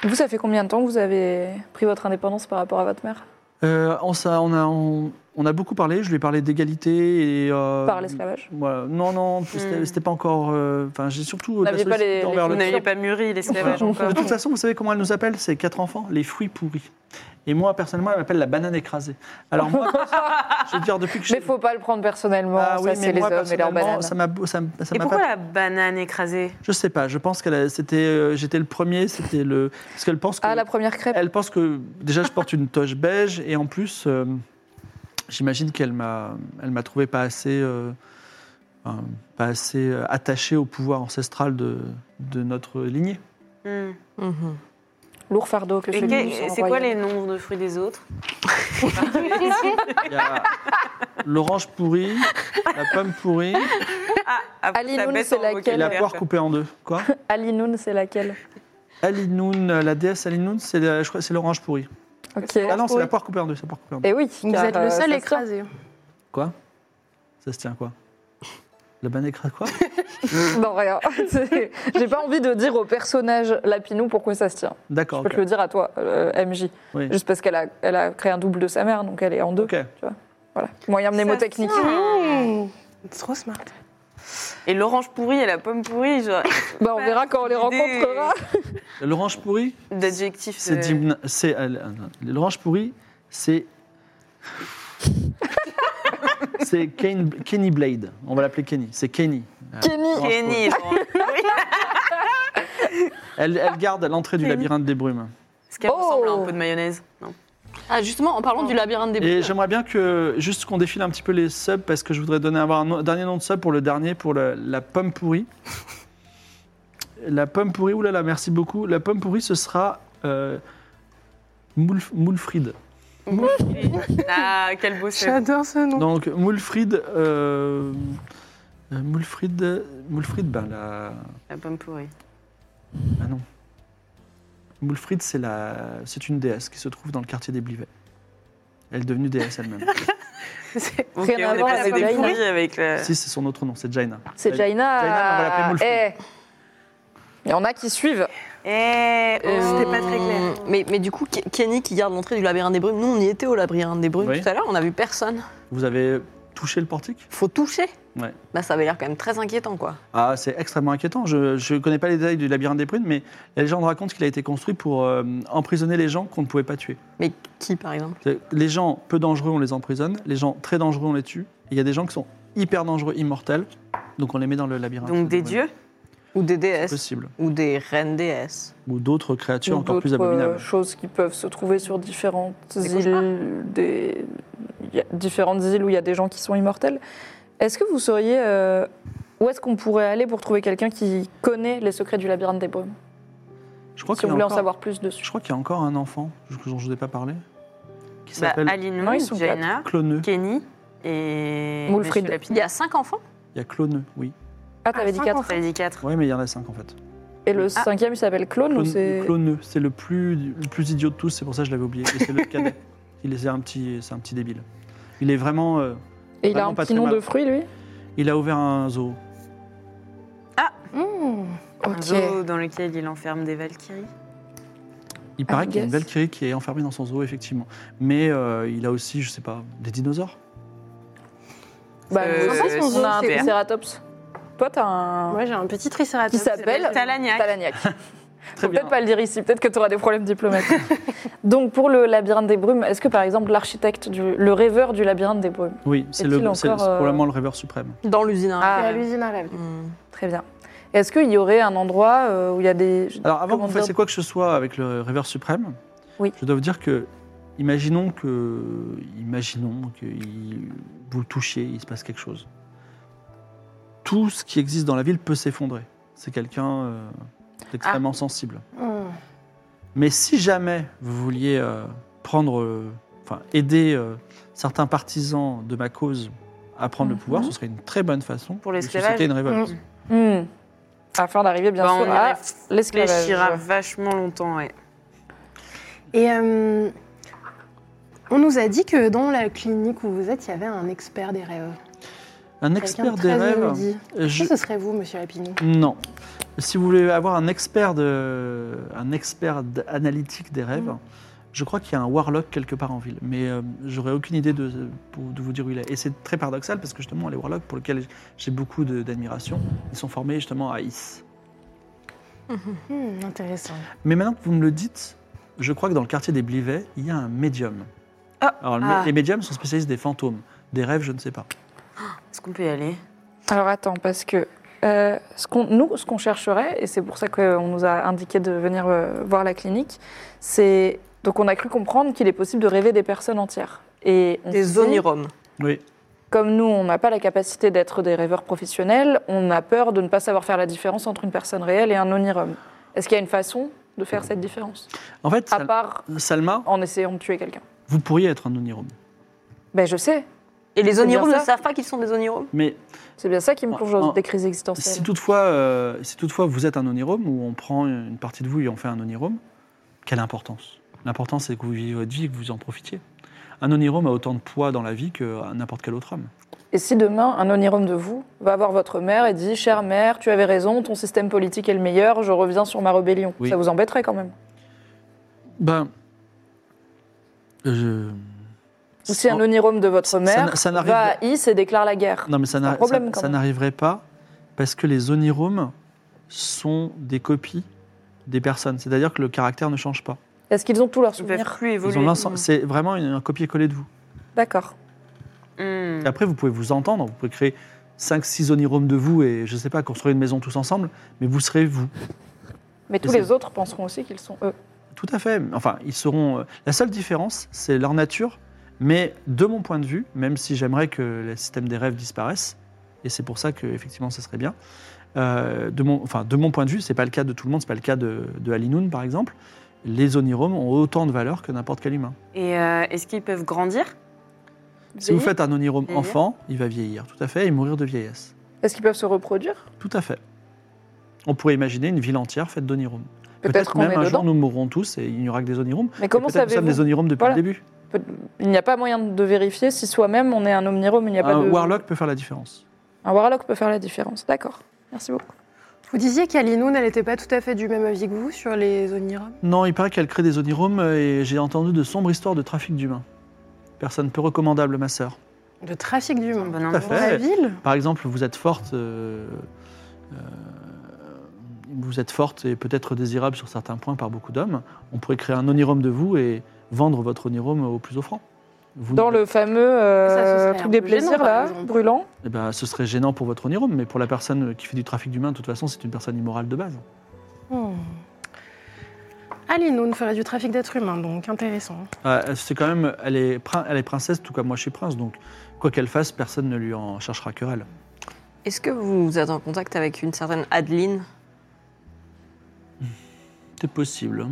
[SPEAKER 2] Vous, ça fait combien de temps que vous avez pris votre indépendance par rapport à votre mère
[SPEAKER 1] Euh, on, s'a- on a, on, on a beaucoup parlé. Je lui ai parlé d'égalité et. euh,
[SPEAKER 2] Par l'esclavage
[SPEAKER 1] voilà. Non, non, c'était
[SPEAKER 3] Hmm.
[SPEAKER 1] c'était pas encore. euh, Enfin, j'ai surtout. euh,
[SPEAKER 2] n'aviez pas
[SPEAKER 1] sollicité
[SPEAKER 2] les-
[SPEAKER 1] envers
[SPEAKER 2] les
[SPEAKER 3] Vous
[SPEAKER 1] le-
[SPEAKER 3] n'aviez pas mûri l'esclavage encore.
[SPEAKER 1] De toute façon, vous savez comment elle nous appelle C'est quatre enfants, les fruits pourris. Et moi, personnellement, elle m'appelle la banane écrasée. Alors moi, je veux dire, depuis que je...
[SPEAKER 2] Mais faut pas le prendre personnellement,
[SPEAKER 1] Ah oui,
[SPEAKER 2] ça
[SPEAKER 1] mais
[SPEAKER 2] c'est les
[SPEAKER 1] moi,
[SPEAKER 2] hommes et leurs
[SPEAKER 1] personnellement,
[SPEAKER 2] bananes.
[SPEAKER 1] Ça m'a... bou- Ça, ça
[SPEAKER 3] Et
[SPEAKER 1] m'a
[SPEAKER 3] pourquoi
[SPEAKER 1] pas...
[SPEAKER 3] la banane écrasée
[SPEAKER 1] Je sais pas, je pense qu'elle a- c'était... euh, j'étais le premier, c'était le... Parce qu'elle pense que...
[SPEAKER 2] Ah, la première crêpe
[SPEAKER 1] Elle pense que déjà je porte une toche beige et en plus euh, j'imagine qu'elle m'a elle m'a trouvé pas assez euh, euh, pas assez euh, attaché au pouvoir ancestral de, de notre lignée.
[SPEAKER 3] Hmm.
[SPEAKER 4] Mhm.
[SPEAKER 2] Lourd fardeau que
[SPEAKER 3] Et
[SPEAKER 2] celui
[SPEAKER 3] que-
[SPEAKER 2] du sang
[SPEAKER 3] c'est quoi
[SPEAKER 2] royal.
[SPEAKER 3] les noms de fruits des autres
[SPEAKER 1] Il y a l'orange pourrie, la pomme pourrie
[SPEAKER 3] Ah,
[SPEAKER 2] Ali
[SPEAKER 3] ça
[SPEAKER 2] Noun,
[SPEAKER 3] baisse
[SPEAKER 2] c'est
[SPEAKER 3] en
[SPEAKER 1] et
[SPEAKER 2] laquelle
[SPEAKER 1] la
[SPEAKER 3] vocabulaire,
[SPEAKER 1] poire
[SPEAKER 3] ça.
[SPEAKER 1] coupée en deux. Quoi
[SPEAKER 2] Alinoun, c'est laquelle
[SPEAKER 1] Alinoun, euh, la déesse Alinoun, c'est la- je crois que c'est l'orange pourrie.
[SPEAKER 2] Ok.
[SPEAKER 1] Ah non, c'est la poire coupée en deux, c'est la poire coupée en deux.
[SPEAKER 2] Et oui,
[SPEAKER 5] Vous
[SPEAKER 2] car,
[SPEAKER 5] êtes
[SPEAKER 2] euh,
[SPEAKER 5] le
[SPEAKER 2] ça
[SPEAKER 5] seul
[SPEAKER 2] se
[SPEAKER 5] écrasé.
[SPEAKER 1] Quoi Ça se tient quoi La banane écrasée quoi
[SPEAKER 2] tient. Non, rien. C'est- J'ai pas envie de dire au personnage Lapinou pourquoi ça se tient.
[SPEAKER 1] D'accord.
[SPEAKER 2] Je peux
[SPEAKER 1] ok.
[SPEAKER 2] te le dire à toi, euh, MJ.
[SPEAKER 1] Oui.
[SPEAKER 2] Juste parce qu'elle a, elle a créé un double de sa mère, donc elle est en deux.
[SPEAKER 1] Ok.
[SPEAKER 2] Voilà. Moyen mnémotechnique.
[SPEAKER 5] C'est trop smart.
[SPEAKER 3] Et l'orange pourri et la pomme pourrie, genre,
[SPEAKER 2] Bah, on verra quand on les
[SPEAKER 3] Idée.
[SPEAKER 2] rencontrera.
[SPEAKER 1] L'orange pourrie
[SPEAKER 3] d'adjectifs.
[SPEAKER 1] C'est
[SPEAKER 3] euh,
[SPEAKER 1] dimna- c'est euh, euh, l'orange pourri, c'est c'est Kane- Kenny Blade. On va l'appeler Kenny. C'est Kenny. Euh,
[SPEAKER 2] Kenny.
[SPEAKER 1] l'orange pourri.
[SPEAKER 3] Kenny, l'orange pourrie.
[SPEAKER 1] Elle, elle garde à l'entrée du labyrinthe des brumes.
[SPEAKER 3] Est-ce qu'elle
[SPEAKER 2] Oh.
[SPEAKER 3] ressemble à un peu de mayonnaise Non.
[SPEAKER 4] Ah, justement, en parlant du labyrinthe des
[SPEAKER 1] Et
[SPEAKER 4] brumes.
[SPEAKER 1] j'aimerais bien que juste qu'on défile un petit peu les subs parce que je voudrais donner avoir un no- dernier nom de sub pour le dernier pour le- la pomme pourrie. La pomme pourrie, oulala, merci beaucoup. La pomme pourrie, ce sera euh, Moulf- Moulfrid.
[SPEAKER 3] Ah, quel beau chef.
[SPEAKER 5] J'adore ce nom.
[SPEAKER 1] Donc Moulfrid, euh, euh, Moulfrid, Moulfrid, ben la,
[SPEAKER 3] La pomme pourrie.
[SPEAKER 1] ah non. Moulfrid, c'est la, c'est une déesse qui se trouve dans le quartier des Blivets. Elle est devenue déesse elle-même.
[SPEAKER 5] C'est-
[SPEAKER 3] Ok,
[SPEAKER 2] Rien à
[SPEAKER 3] on est
[SPEAKER 2] voir
[SPEAKER 3] passé
[SPEAKER 2] avec
[SPEAKER 3] des
[SPEAKER 2] Jaina.
[SPEAKER 3] pourris avec la...
[SPEAKER 1] si, c'est son autre nom, c'est Jaina.
[SPEAKER 2] C'est
[SPEAKER 1] Elle-
[SPEAKER 2] Jaina.
[SPEAKER 1] Jaina, on va l'appeler Moulfrid.
[SPEAKER 2] Eh. Il y en a qui suivent.
[SPEAKER 3] Eh, oh,
[SPEAKER 4] Euh,
[SPEAKER 3] c'était pas très clair.
[SPEAKER 4] Mais, mais du coup, Ke- Kenny qui garde l'entrée du labyrinthe des brumes, nous on y était au labyrinthe des brumes
[SPEAKER 1] Oui.
[SPEAKER 4] tout à l'heure, on a vu personne.
[SPEAKER 1] Vous avez touché le portique
[SPEAKER 4] Faut toucher
[SPEAKER 1] Ouais.
[SPEAKER 4] Bah ça avait l'air quand même très inquiétant quoi.
[SPEAKER 1] Ah, c'est extrêmement inquiétant. Je ne connais pas les détails du labyrinthe des prunes, mais la légende raconte qu'il a été construit pour euh, emprisonner les gens qu'on ne pouvait pas tuer.
[SPEAKER 4] Mais qui par exemple
[SPEAKER 1] C'est-à-dire que Les gens peu dangereux, on les emprisonne. Les gens très dangereux, on les tue. Et Il y a des gens qui sont hyper dangereux, immortels. Donc on les met dans le labyrinthe.
[SPEAKER 3] Donc des
[SPEAKER 1] Ouais,
[SPEAKER 3] dieux
[SPEAKER 4] Ou des déesses
[SPEAKER 1] Possible.
[SPEAKER 4] Ou des reines déesses
[SPEAKER 1] Ou d'autres créatures
[SPEAKER 2] Ou
[SPEAKER 1] encore plus
[SPEAKER 2] d'autres, euh,
[SPEAKER 1] abominables.
[SPEAKER 2] choses qui peuvent se trouver sur différentes
[SPEAKER 4] Des
[SPEAKER 2] îles, des... il y a différentes îles où il y a des gens qui sont immortels. Est-ce que vous sauriez euh, où est-ce qu'on pourrait aller pour trouver quelqu'un qui connaît les secrets du labyrinthe des brumes
[SPEAKER 1] Je crois
[SPEAKER 2] Si
[SPEAKER 1] qu'il
[SPEAKER 2] on
[SPEAKER 1] y a
[SPEAKER 2] voulait en
[SPEAKER 1] encore-
[SPEAKER 2] savoir plus
[SPEAKER 1] Je
[SPEAKER 2] dessus.
[SPEAKER 1] crois qu'il y a encore un enfant dont je vous ai pas parlé. Qui
[SPEAKER 3] bah,
[SPEAKER 1] s'appelle
[SPEAKER 3] Aline,
[SPEAKER 2] Non, ils sont
[SPEAKER 3] Jaina,
[SPEAKER 1] Cloneux.
[SPEAKER 3] Kenny et...
[SPEAKER 2] Moulfrid.
[SPEAKER 3] Monsieur Lapin.
[SPEAKER 4] Il y a cinq enfants
[SPEAKER 1] Il y a Cloneux, oui.
[SPEAKER 2] Ah, t'avais dit
[SPEAKER 5] cinq
[SPEAKER 2] 4.
[SPEAKER 5] enfants.
[SPEAKER 3] Ça dit quatre.
[SPEAKER 1] Oui, mais il y en a cinq en fait.
[SPEAKER 2] Et le cinquième, il s'appelle Clone ou
[SPEAKER 1] Clone-
[SPEAKER 2] c'est.
[SPEAKER 1] Cloneux, c'est le plus, le plus idiot de tous, c'est pour ça que je l'avais oublié. Et c'est le cadet. Il est c'est un petit, c'est un petit débile. Il est vraiment, euh,
[SPEAKER 2] Et il a
[SPEAKER 1] Vraiment
[SPEAKER 2] un
[SPEAKER 1] pas
[SPEAKER 2] petit
[SPEAKER 1] très
[SPEAKER 2] nom
[SPEAKER 1] mal.
[SPEAKER 2] de fruit, lui
[SPEAKER 1] il a ouvert un zoo.
[SPEAKER 5] Mmh.
[SPEAKER 3] Un zoo dans lequel il enferme des valkyries.
[SPEAKER 1] Il paraît
[SPEAKER 2] I
[SPEAKER 1] qu'il y a une
[SPEAKER 2] guess.
[SPEAKER 1] Valkyrie qui est enfermée dans son zoo, effectivement. Mais euh, il a aussi, je sais pas, des dinosaures.
[SPEAKER 2] Bah,
[SPEAKER 3] Euh,
[SPEAKER 2] nous aussi,
[SPEAKER 3] c'est
[SPEAKER 2] on a un
[SPEAKER 3] super.
[SPEAKER 2] Triceratops. Toi, t'as un.
[SPEAKER 5] Moi j'ai un petit triceratops.
[SPEAKER 2] Qui s'appelle
[SPEAKER 3] Talagnac.
[SPEAKER 2] Talagnac.
[SPEAKER 1] Très
[SPEAKER 2] Faut
[SPEAKER 1] bien.
[SPEAKER 2] peut-être pas le dire ici, peut-être que tu auras des problèmes diplomatiques. Donc pour le labyrinthe des brumes, est-ce que par exemple l'architecte, du, le rêveur du labyrinthe des brumes
[SPEAKER 1] Oui, c'est
[SPEAKER 2] Est-il
[SPEAKER 1] le,
[SPEAKER 2] encore,
[SPEAKER 1] c'est c'est
[SPEAKER 2] euh,
[SPEAKER 1] probablement le rêveur suprême.
[SPEAKER 4] dans l'usine. hein. à
[SPEAKER 5] C'est
[SPEAKER 2] Ah,
[SPEAKER 5] à l'usine à rêve.
[SPEAKER 4] rêve.
[SPEAKER 3] Hmm.
[SPEAKER 4] Mmh.
[SPEAKER 2] très bien. Est-ce qu'il y aurait un endroit euh, où il y a des...
[SPEAKER 1] Alors avant que
[SPEAKER 2] Comment
[SPEAKER 1] vous
[SPEAKER 2] dire
[SPEAKER 1] fassiez quoi que ce soit avec le rêveur suprême,
[SPEAKER 2] Oui.
[SPEAKER 1] je dois vous dire que Imaginons que, imaginons que il- vous le touchiez, il se passe quelque chose. Tout ce qui existe dans la ville peut s'effondrer. C'est quelqu'un euh, d'extrêmement sensible.
[SPEAKER 5] Mmh.
[SPEAKER 1] Mais si jamais vous vouliez euh, prendre, euh, enfin aider euh, certains partisans de ma cause à prendre le pouvoir, ce serait une très bonne façon
[SPEAKER 3] Pour
[SPEAKER 1] de
[SPEAKER 3] l'esclavage.
[SPEAKER 1] susciter une révolte.
[SPEAKER 2] Hmm. Afin d'arriver, bien
[SPEAKER 3] Bah,
[SPEAKER 2] sûr,
[SPEAKER 3] on y
[SPEAKER 2] à
[SPEAKER 3] réfléchira
[SPEAKER 2] l'esclavage.
[SPEAKER 3] vachement longtemps, ouais.
[SPEAKER 5] Et euh, on nous a dit que dans la clinique où vous êtes, il y avait un expert des rêves.
[SPEAKER 1] Un
[SPEAKER 5] Quelqu'un
[SPEAKER 1] expert
[SPEAKER 5] de
[SPEAKER 1] des
[SPEAKER 5] très
[SPEAKER 1] rêves.
[SPEAKER 5] érudit.
[SPEAKER 1] je-
[SPEAKER 5] Je... Ce serait vous, monsieur Lapinou.
[SPEAKER 1] Non. Si vous voulez avoir un expert, de, un expert d- analytique des rêves, je crois qu'il y a un warlock quelque part en ville, mais euh, j'aurais aucune idée de, pour- de vous dire où il est. Et c'est très paradoxal parce que justement, les warlocks, pour lesquels j'ai beaucoup de- d'admiration, ils sont formés justement à Is.
[SPEAKER 5] Hmm, intéressant.
[SPEAKER 1] Mais maintenant que vous me le dites, je crois que dans le quartier des Blivets, il y a un médium. Alors, le mé- les médiums sont spécialistes des fantômes, des rêves, je ne sais pas.
[SPEAKER 3] Est-ce qu'on peut y aller
[SPEAKER 2] Alors attends, parce que euh, ce qu'on, nous, ce qu'on chercherait, et c'est pour ça qu'on nous a indiqué de venir euh, voir la clinique, c'est. Donc on a cru comprendre qu'il est possible de rêver des personnes entières. Et on
[SPEAKER 4] Des
[SPEAKER 2] se dit,
[SPEAKER 4] oniromes.
[SPEAKER 1] Oui.
[SPEAKER 2] Comme nous, on n'a pas la capacité d'être des rêveurs professionnels, on a peur de ne pas savoir faire la différence entre une personne réelle et un onirome. Est-ce qu'il y a une façon de faire cette différence
[SPEAKER 1] En fait,
[SPEAKER 2] À
[SPEAKER 1] Sal-
[SPEAKER 2] part
[SPEAKER 1] Salma,
[SPEAKER 2] en essayant de tuer quelqu'un.
[SPEAKER 1] vous pourriez être un onirome.
[SPEAKER 2] Ben je sais,
[SPEAKER 4] Et les
[SPEAKER 2] C'est bien
[SPEAKER 4] oniromes
[SPEAKER 2] ça.
[SPEAKER 4] ne savent pas qu'ils sont des oniromes
[SPEAKER 1] Mais
[SPEAKER 2] c'est bien ça qui me
[SPEAKER 1] En-
[SPEAKER 2] plonge
[SPEAKER 1] en-
[SPEAKER 2] dans des crises
[SPEAKER 1] Si
[SPEAKER 2] existentielles.
[SPEAKER 1] toutefois, euh, si toutefois vous êtes un onirome ou on prend une partie de vous et on fait un onirome, quelle importance L'important c'est que vous viviez votre vie et que vous en profitiez. Un onirome a autant de poids dans la vie que n'importe quel autre homme.
[SPEAKER 2] Et si demain, un onirome de vous va voir votre mère et dit « Chère mère, tu avais raison, ton système politique est le meilleur, je reviens sur ma rébellion
[SPEAKER 1] Oui.
[SPEAKER 2] ça vous embêterait quand même.
[SPEAKER 1] Ben, je... Oh.
[SPEAKER 2] Ou si un
[SPEAKER 1] Non,
[SPEAKER 2] onirome de votre
[SPEAKER 1] ça
[SPEAKER 2] mère
[SPEAKER 1] n'a- ça n'arrive-
[SPEAKER 2] va à Is et déclare la guerre.
[SPEAKER 1] non, mais ça n'a-
[SPEAKER 2] un problème,
[SPEAKER 1] ça-
[SPEAKER 2] quand
[SPEAKER 1] ça
[SPEAKER 2] même.
[SPEAKER 1] n'arriverait pas parce que les oniromes sont des copies des personnes. C'est-à-dire que le caractère ne change pas.
[SPEAKER 2] Est-ce qu'ils ont tous leurs
[SPEAKER 3] Ils peuvent
[SPEAKER 2] souvenirs
[SPEAKER 3] plus
[SPEAKER 1] Ils
[SPEAKER 3] évoluer.
[SPEAKER 1] ont
[SPEAKER 2] Mmh.
[SPEAKER 1] l'ensemble- C'est vraiment une- un copier-coller de vous.
[SPEAKER 2] D'accord.
[SPEAKER 3] Hmm.
[SPEAKER 1] Et après, vous pouvez vous entendre, vous pouvez créer 5-6 oniromes de vous et, je sais pas, construire une maison tous ensemble, mais vous serez vous.
[SPEAKER 2] Mais tous
[SPEAKER 1] c'est-
[SPEAKER 2] les autres penseront aussi qu'ils sont eux.
[SPEAKER 1] Tout à fait. Enfin, ils seront. euh, La seule différence, c'est leur nature, mais de mon point de vue, même si j'aimerais que le système des rêves disparaisse, et c'est pour ça que, effectivement, ça serait bien, euh, de, mon... Enfin, de mon point de vue, c'est pas le cas de tout le monde, c'est pas le cas de, de Alinoun, par exemple, les oniromes ont autant de valeur que n'importe quel humain.
[SPEAKER 3] Et euh, est-ce qu'ils peuvent grandir
[SPEAKER 1] Si vous
[SPEAKER 2] Vieillir.
[SPEAKER 1] faites un onirome
[SPEAKER 3] Vieillir.
[SPEAKER 1] enfant, il va vieillir, tout à fait, et mourir de vieillesse.
[SPEAKER 2] Est-ce qu'ils peuvent se reproduire
[SPEAKER 1] Tout à fait. On pourrait imaginer une ville entière faite d'oniromes.
[SPEAKER 2] Peut-être
[SPEAKER 1] Peut-être
[SPEAKER 2] qu'on
[SPEAKER 1] même
[SPEAKER 2] est
[SPEAKER 1] un
[SPEAKER 2] dedans.
[SPEAKER 1] jour nous mourrons tous et il n'y aura que des oniromes.
[SPEAKER 2] Mais comment
[SPEAKER 1] Et peut-être nous sommes
[SPEAKER 2] savez-vous
[SPEAKER 1] des onirums depuis
[SPEAKER 2] Voilà.
[SPEAKER 1] le début.
[SPEAKER 2] Peut- Il n'y a pas moyen de vérifier si soi-même on est un omnirome, il n'y a pas
[SPEAKER 1] Un
[SPEAKER 2] de...
[SPEAKER 1] warlock peut faire la différence.
[SPEAKER 2] Un warlock peut faire la différence, d'accord. Merci beaucoup.
[SPEAKER 5] Vous disiez qu'Alinoun, elle n'était pas tout à fait du même avis que vous sur les onirums.
[SPEAKER 1] Non, il paraît qu'elle crée des oniromes euh, et j'ai entendu de sombres histoires de trafic d'humains. Personne peu recommandable, ma sœur.
[SPEAKER 5] De trafic d'humains.
[SPEAKER 6] ben Bah
[SPEAKER 3] Bon
[SPEAKER 1] Tout
[SPEAKER 3] endroit.
[SPEAKER 1] à
[SPEAKER 5] Dans la
[SPEAKER 1] fait.
[SPEAKER 5] ville
[SPEAKER 1] Par exemple, vous êtes forte. euh, euh, vous êtes forte et peut-être désirable sur certains points par beaucoup d'hommes. On pourrait créer un onirome de vous et vendre votre onirome au plus offrant. Vous
[SPEAKER 2] Dans le fameux euh,
[SPEAKER 5] Ça, ce serait un
[SPEAKER 2] truc des
[SPEAKER 5] peu gênant,
[SPEAKER 2] plaisirs,
[SPEAKER 5] par
[SPEAKER 2] là,
[SPEAKER 5] exemple.
[SPEAKER 2] brûlant,
[SPEAKER 1] Eh ben, ce serait gênant pour votre onirome, mais pour la personne qui fait du trafic d'humains, de toute façon, c'est une personne immorale de base.
[SPEAKER 5] Hmm. Alinoun ferait du trafic d'êtres humains, donc intéressant.
[SPEAKER 1] Euh, c'est quand même, elle est, prin- elle est princesse, tout comme moi je suis prince, donc quoi qu'elle fasse, personne ne lui en cherchera querelle.
[SPEAKER 4] Est-ce que vous êtes en contact avec une certaine Adeline
[SPEAKER 1] C'est possible.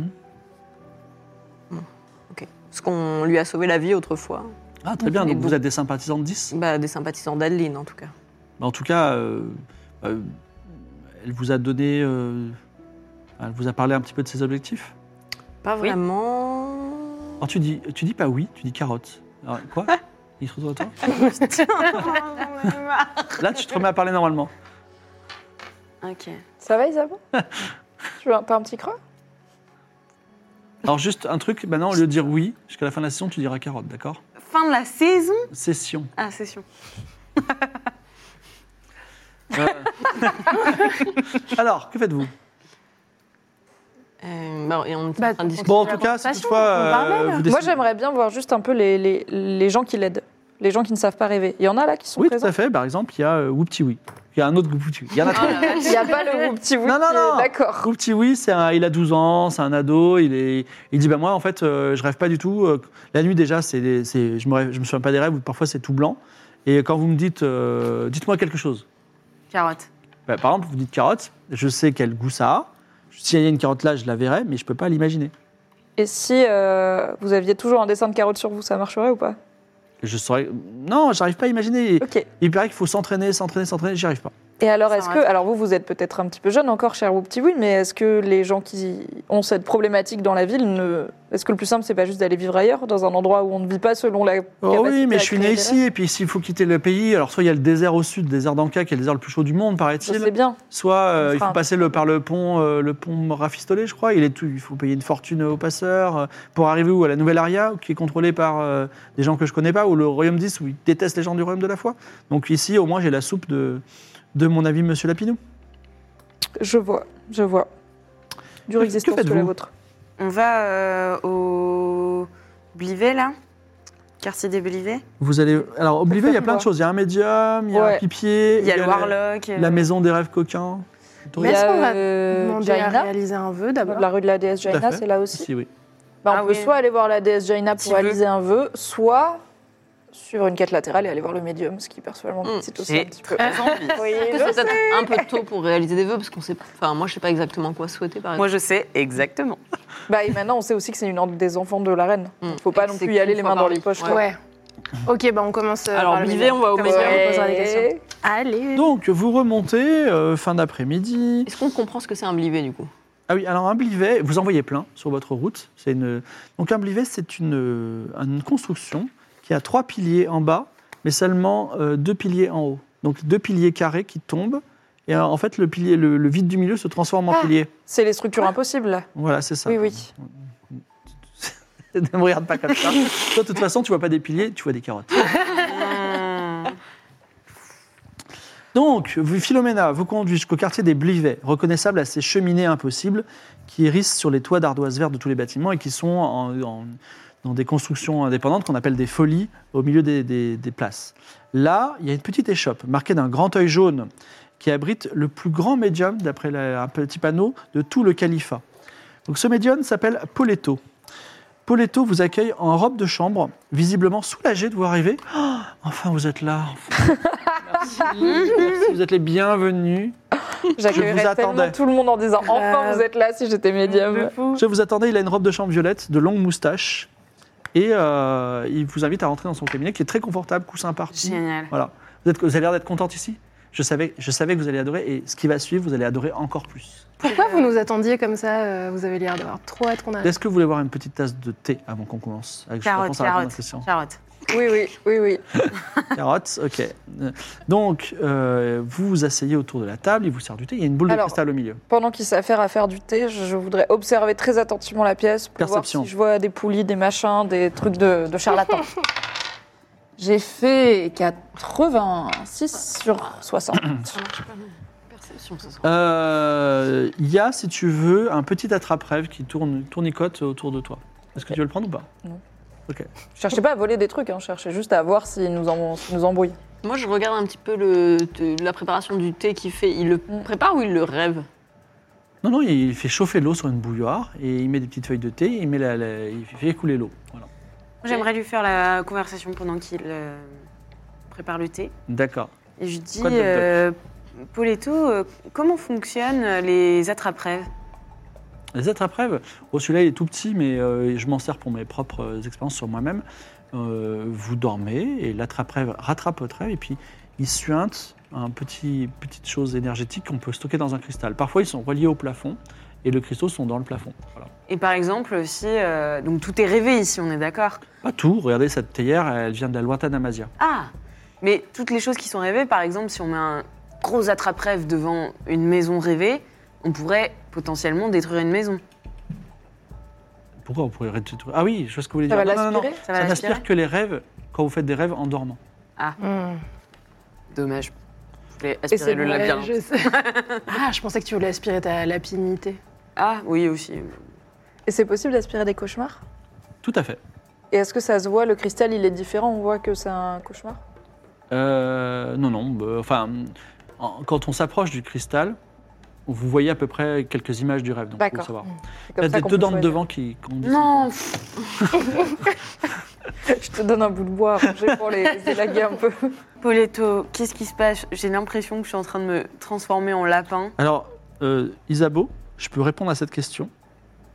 [SPEAKER 4] Parce qu'on lui a sauvé la vie autrefois.
[SPEAKER 1] Ah, très bien,
[SPEAKER 4] Mais
[SPEAKER 1] donc
[SPEAKER 4] bon.
[SPEAKER 1] vous êtes des sympathisants de 10
[SPEAKER 4] Bah, des sympathisants d'Adeline, en tout cas.
[SPEAKER 1] Bah, En tout cas, euh, euh, elle vous a donné. euh, elle vous a parlé un petit peu de ses objectifs
[SPEAKER 4] Pas
[SPEAKER 3] Oui.
[SPEAKER 4] vraiment.
[SPEAKER 1] Alors tu dis, tu dis pas oui, tu dis carotte. Alors, quoi Il se retrouve à toi Là, tu te remets à parler normalement.
[SPEAKER 3] Ok.
[SPEAKER 2] ça va Isabelle Tu veux un- t'as un petit creux
[SPEAKER 1] Alors, juste un truc, maintenant, au lieu de dire oui, jusqu'à la fin de la saison, tu diras carotte, d'accord
[SPEAKER 4] Fin de la saison
[SPEAKER 1] Session.
[SPEAKER 4] Ah, session.
[SPEAKER 1] Euh. Alors, que faites-vous
[SPEAKER 4] Euh, bah, et on est
[SPEAKER 5] Bah,
[SPEAKER 4] en train de discuter.
[SPEAKER 1] Bon, en tout cas, si
[SPEAKER 5] conversation,
[SPEAKER 1] toutefois,
[SPEAKER 5] on parle,
[SPEAKER 1] euh,
[SPEAKER 5] elle.
[SPEAKER 1] vous
[SPEAKER 2] Moi
[SPEAKER 1] décidez-
[SPEAKER 2] j'aimerais bien voir juste un peu les, les- les gens qui l'aident. les gens qui ne savent pas rêver. Il y en a là qui sont
[SPEAKER 1] Oui, tout
[SPEAKER 2] présents.
[SPEAKER 1] à fait. Par exemple, il y a euh, Whoopty-Wee. Il y a un autre Whoopty-Wee. Il y en a
[SPEAKER 3] Oh
[SPEAKER 1] trois.
[SPEAKER 3] la vache.
[SPEAKER 2] Il n'y a pas le petit oui.
[SPEAKER 1] Non, non,
[SPEAKER 2] qui est-
[SPEAKER 1] non.
[SPEAKER 2] D'accord.
[SPEAKER 1] Whoopty-Wee, c'est un- il a 12 ans, c'est un ado. Il, est, il dit bah, Moi, en fait, euh, je rêve pas du tout. Euh, La nuit, déjà, c'est, des- c'est- je, me rêve- je me souviens pas des rêves, ou parfois c'est tout blanc. Et quand vous me dites euh, Dites-moi quelque chose.
[SPEAKER 3] Carotte.
[SPEAKER 1] Bah, par exemple, vous dites carotte, je sais quel goût ça a. S'il y a une carotte là, je la verrais, mais je peux pas l'imaginer.
[SPEAKER 2] Et si euh, vous aviez toujours un dessin de carotte sur vous, ça marcherait ou pas
[SPEAKER 1] Je saurais. Non, j'arrive pas à imaginer.
[SPEAKER 2] Ok.
[SPEAKER 1] Il paraît qu'il faut s'entraîner, s'entraîner, s'entraîner, j'y arrive pas.
[SPEAKER 2] Et alors,
[SPEAKER 3] Ça
[SPEAKER 2] est-ce que.
[SPEAKER 3] rate.
[SPEAKER 2] Alors, vous, vous êtes peut-être un petit peu jeune encore, cher Whoopty Oui, mais est-ce que les gens qui ont cette problématique dans la ville ne. Est-ce que le plus simple, c'est pas juste d'aller vivre ailleurs, dans un endroit où on ne vit pas selon la.
[SPEAKER 1] Oh
[SPEAKER 2] capacité
[SPEAKER 1] oui, mais
[SPEAKER 2] à
[SPEAKER 1] je suis
[SPEAKER 2] créer
[SPEAKER 1] né
[SPEAKER 2] des rêves
[SPEAKER 1] ici, et puis s'il faut quitter le pays, alors soit il y a le désert au sud, le désert d'Anka, qui est le désert le plus chaud du monde,
[SPEAKER 2] Je
[SPEAKER 1] paraît-il.
[SPEAKER 2] sais bien.
[SPEAKER 1] Soit euh,
[SPEAKER 2] On
[SPEAKER 1] il
[SPEAKER 2] fera
[SPEAKER 1] faut
[SPEAKER 2] un
[SPEAKER 1] passer le, par le pont, euh, le pont rafistolé, je crois. Il est tout, il faut payer une fortune aux passeurs euh, pour arriver où à la Nouvelle Aria, qui est contrôlée par euh, des gens que je connais pas, ou le Royaume 10 où ils détestent les gens du Royaume de la foi. Donc ici, au moins, j'ai la soupe de, de mon avis, Monsieur Lapinou.
[SPEAKER 2] Je vois, je vois. Dure
[SPEAKER 1] Que- que
[SPEAKER 2] existence que la
[SPEAKER 1] faites-vous
[SPEAKER 2] vôtre.
[SPEAKER 6] On va euh, au Blivet, là Quartier des Blivets.
[SPEAKER 1] Vous allez, alors Oblivé, il y a
[SPEAKER 2] faire
[SPEAKER 1] plein de
[SPEAKER 2] quoi
[SPEAKER 1] choses. Il y a un médium, il y a un
[SPEAKER 2] Ouais.
[SPEAKER 1] pipier,
[SPEAKER 6] Il y a le
[SPEAKER 1] la-
[SPEAKER 6] Warlock. euh,
[SPEAKER 1] la maison des rêves coquins.
[SPEAKER 2] Il
[SPEAKER 5] Mais
[SPEAKER 2] y
[SPEAKER 5] est-ce
[SPEAKER 2] a,
[SPEAKER 5] qu'on va
[SPEAKER 2] euh,
[SPEAKER 5] Demander à
[SPEAKER 2] Jaina,
[SPEAKER 5] réaliser un vœu d'abord.
[SPEAKER 2] la rue de la déesse
[SPEAKER 1] à
[SPEAKER 2] Jaina,
[SPEAKER 1] fait.
[SPEAKER 2] c'est là aussi.
[SPEAKER 1] Ici, oui.
[SPEAKER 2] Bah,
[SPEAKER 6] Ah
[SPEAKER 2] on peut
[SPEAKER 6] oui.
[SPEAKER 2] soit aller voir la déesse Jaina
[SPEAKER 6] Petit
[SPEAKER 2] pour réaliser un vœu, soit suivre une quête latérale et aller voir le médium, ce qui personnellement me
[SPEAKER 4] Hum,
[SPEAKER 2] excite aussi
[SPEAKER 3] j'ai
[SPEAKER 2] un petit peu.
[SPEAKER 3] Très envie.
[SPEAKER 2] Oui,
[SPEAKER 4] Est-ce que
[SPEAKER 2] je
[SPEAKER 4] c'est peut-être un peu tôt pour réaliser des vœux parce qu'on sait pas. Enfin, moi, je sais pas exactement quoi souhaiter, par
[SPEAKER 6] Euh, Moi,
[SPEAKER 4] exemple.
[SPEAKER 6] je sais exactement.
[SPEAKER 2] Bah, et maintenant, on sait aussi que c'est une ordre des enfants de la reine. Il
[SPEAKER 4] Mm.
[SPEAKER 2] faut pas
[SPEAKER 4] Et
[SPEAKER 2] non
[SPEAKER 4] c'est
[SPEAKER 2] plus y aller
[SPEAKER 4] qu'une
[SPEAKER 2] les
[SPEAKER 4] fois
[SPEAKER 2] mains dans
[SPEAKER 4] par
[SPEAKER 2] les
[SPEAKER 4] an.
[SPEAKER 2] poches.
[SPEAKER 4] Ouais.
[SPEAKER 2] quoi.
[SPEAKER 5] Ouais. Ok, bah on commence. euh,
[SPEAKER 4] Alors,
[SPEAKER 5] par le
[SPEAKER 4] Blivet,
[SPEAKER 5] médium.
[SPEAKER 4] on va au
[SPEAKER 5] Comme
[SPEAKER 4] Ouais.
[SPEAKER 5] ça,
[SPEAKER 4] médium.
[SPEAKER 5] on posera des questions. Allez.
[SPEAKER 1] Donc vous remontez euh, fin d'après-midi.
[SPEAKER 4] Est-ce qu'on comprend ce que c'est un blivet, du coup
[SPEAKER 1] Ah oui, alors un blivet, vous en voyez plein sur votre route. C'est une... Donc un blivet, c'est une, euh, une construction qui a trois piliers en bas, mais seulement euh, deux piliers en haut. Donc deux piliers carrés qui tombent, et euh, en fait le, pilier, le, le vide du milieu se transforme en
[SPEAKER 2] Ah.
[SPEAKER 1] pilier.
[SPEAKER 2] C'est les structures impossibles. là.
[SPEAKER 1] Voilà, c'est ça.
[SPEAKER 2] Oui, oui.
[SPEAKER 1] ne me regarde pas comme ça. Toi, de toute façon, tu vois pas des piliers, tu vois des carottes. Donc, vous- Philomena vous conduit jusqu'au quartier des Blivets, reconnaissable à ces cheminées impossibles qui hérissent sur les toits d'ardoise verte de tous les bâtiments et qui sont en- en- dans des constructions indépendantes qu'on appelle des folies au milieu des, des- des places. Là, il y a une petite échoppe marquée d'un grand œil jaune qui abrite le plus grand médium, d'après la- un petit panneau, de tout le califat. Donc, ce médium s'appelle Poletto. Poletto vous accueille en robe de chambre, visiblement soulagé de vous arriver. Ah, enfin, vous êtes là. Merci, vous êtes les bienvenus.
[SPEAKER 2] J'accueillerais tellement
[SPEAKER 1] attendais.
[SPEAKER 2] tout le monde en disant Enfin,
[SPEAKER 5] Grave.
[SPEAKER 2] vous êtes là si j'étais médium.
[SPEAKER 1] Je vous attendais, il a une robe de chambre violette, de longues moustaches. Et euh, il vous invite à rentrer dans son cabinet qui est très confortable, coussin parti.
[SPEAKER 3] Génial.
[SPEAKER 1] Voilà. Vous, êtes, vous avez l'air d'être contente ici je savais, je savais que vous allez adorer et ce qui va suivre, vous allez adorer encore plus.
[SPEAKER 5] Pourquoi vous nous attendiez comme ça euh, Vous avez l'air d'avoir trop hâte qu'on arrive.
[SPEAKER 1] Est-ce que vous voulez boire une petite tasse de thé avant qu'on commence avec je
[SPEAKER 3] Carotte,
[SPEAKER 1] réponse à la première
[SPEAKER 3] carotte.
[SPEAKER 1] question.
[SPEAKER 3] Carotte.
[SPEAKER 2] Oui, oui, oui, oui.
[SPEAKER 1] Carottes, ok. Donc, euh, vous vous asseyez autour de la table, il vous sert du thé, il y a une boule
[SPEAKER 2] Alors,
[SPEAKER 1] de cristal au milieu.
[SPEAKER 2] Pendant qu'il s'affaire à faire du thé, je je voudrais observer très attentivement la pièce pour
[SPEAKER 1] Perception.
[SPEAKER 2] voir si je vois des poulies, des machins, des trucs de, de charlatans. J'ai fait 86 sur 60.
[SPEAKER 3] Ah,
[SPEAKER 4] Perception, ça sera.
[SPEAKER 1] Euh, Il y a, si tu veux, un petit attrape-rêve qui tourne, tournicote autour de toi. Est-ce que tu veux le prendre ou pas
[SPEAKER 2] Je cherchais pas à voler des trucs, hein, je cherchais juste à voir s'ils nous, en, s'ils nous embrouillent.
[SPEAKER 4] Moi, je regarde un petit peu le, de- la préparation du thé qu'il fait. Il le
[SPEAKER 2] Mm.
[SPEAKER 4] prépare ou il le rêve
[SPEAKER 1] Non, non, il fait chauffer l'eau sur une bouilloire et il met des petites feuilles de thé, et il, met la- la- il fait couler l'eau. Voilà.
[SPEAKER 6] J'aimerais lui faire la conversation pendant qu'il euh, prépare le thé.
[SPEAKER 1] D'accord.
[SPEAKER 6] Et je dis,
[SPEAKER 1] Quoi de- de-
[SPEAKER 6] euh, Poletto, euh, comment fonctionnent les attrape-rêves
[SPEAKER 1] Les attrape-rêves, oh, celui-là il est tout petit, mais euh, je m'en sers pour mes propres expériences sur moi-même. Euh, vous dormez et l'attrape-rêve rattrape votre rêve et puis il suinte un petit, petite chose énergétique qu'on peut stocker dans un cristal. Parfois ils sont reliés au plafond et le cristal sont dans le plafond. Voilà.
[SPEAKER 6] Et par exemple, si. euh, donc tout est rêvé ici, on est d'accord
[SPEAKER 1] Pas tout, regardez cette théière, elle vient de la lointaine Amazia.
[SPEAKER 6] Ah Mais toutes les choses qui sont rêvées, par exemple, si on met un gros attrape-rêve devant une maison rêvée, on pourrait potentiellement détruire une maison.
[SPEAKER 1] Pourquoi vous pourriez rétituler Ah oui, je vois ce que vous voulez
[SPEAKER 2] Ça
[SPEAKER 1] dire.
[SPEAKER 2] va
[SPEAKER 1] Non, non, non, non.
[SPEAKER 2] l'aspirer
[SPEAKER 6] Ça va
[SPEAKER 1] Ça
[SPEAKER 6] l'aspirer
[SPEAKER 1] n'aspire que les rêves quand vous faites des rêves en dormant.
[SPEAKER 5] Hmm.
[SPEAKER 6] Dommage. Je voulais
[SPEAKER 2] Et c'est
[SPEAKER 6] aspirer le
[SPEAKER 2] bon,
[SPEAKER 6] labyrinthe.
[SPEAKER 5] je sais. ah, je pensais que tu voulais aspirer ta lapinité.
[SPEAKER 6] Ah oui, aussi.
[SPEAKER 2] Et c'est possible d'aspirer des cauchemars
[SPEAKER 1] Tout à fait.
[SPEAKER 2] Et est-ce que ça se voit, le cristal, il est différent On voit que c'est un cauchemar
[SPEAKER 1] Euh, non, non. bah, enfin, en- quand on s'approche du cristal, vous voyez à peu près quelques images du rêve. Donc, faut le
[SPEAKER 2] D'accord.
[SPEAKER 1] savoir.
[SPEAKER 2] C'est
[SPEAKER 1] Il y
[SPEAKER 2] comme
[SPEAKER 1] a
[SPEAKER 2] ça
[SPEAKER 1] des
[SPEAKER 2] qu'on
[SPEAKER 1] deux
[SPEAKER 2] peut
[SPEAKER 1] dents de
[SPEAKER 2] choisir.
[SPEAKER 1] devant qui. qui ont-
[SPEAKER 6] Non,
[SPEAKER 2] Je te donne un bout de bois arrangé pour les élaguer un peu.
[SPEAKER 6] Poletto, qu'est-ce qui se passe J'ai l'impression que je suis en train de me transformer en lapin.
[SPEAKER 1] Alors, euh, Isabeau, je peux répondre à cette question,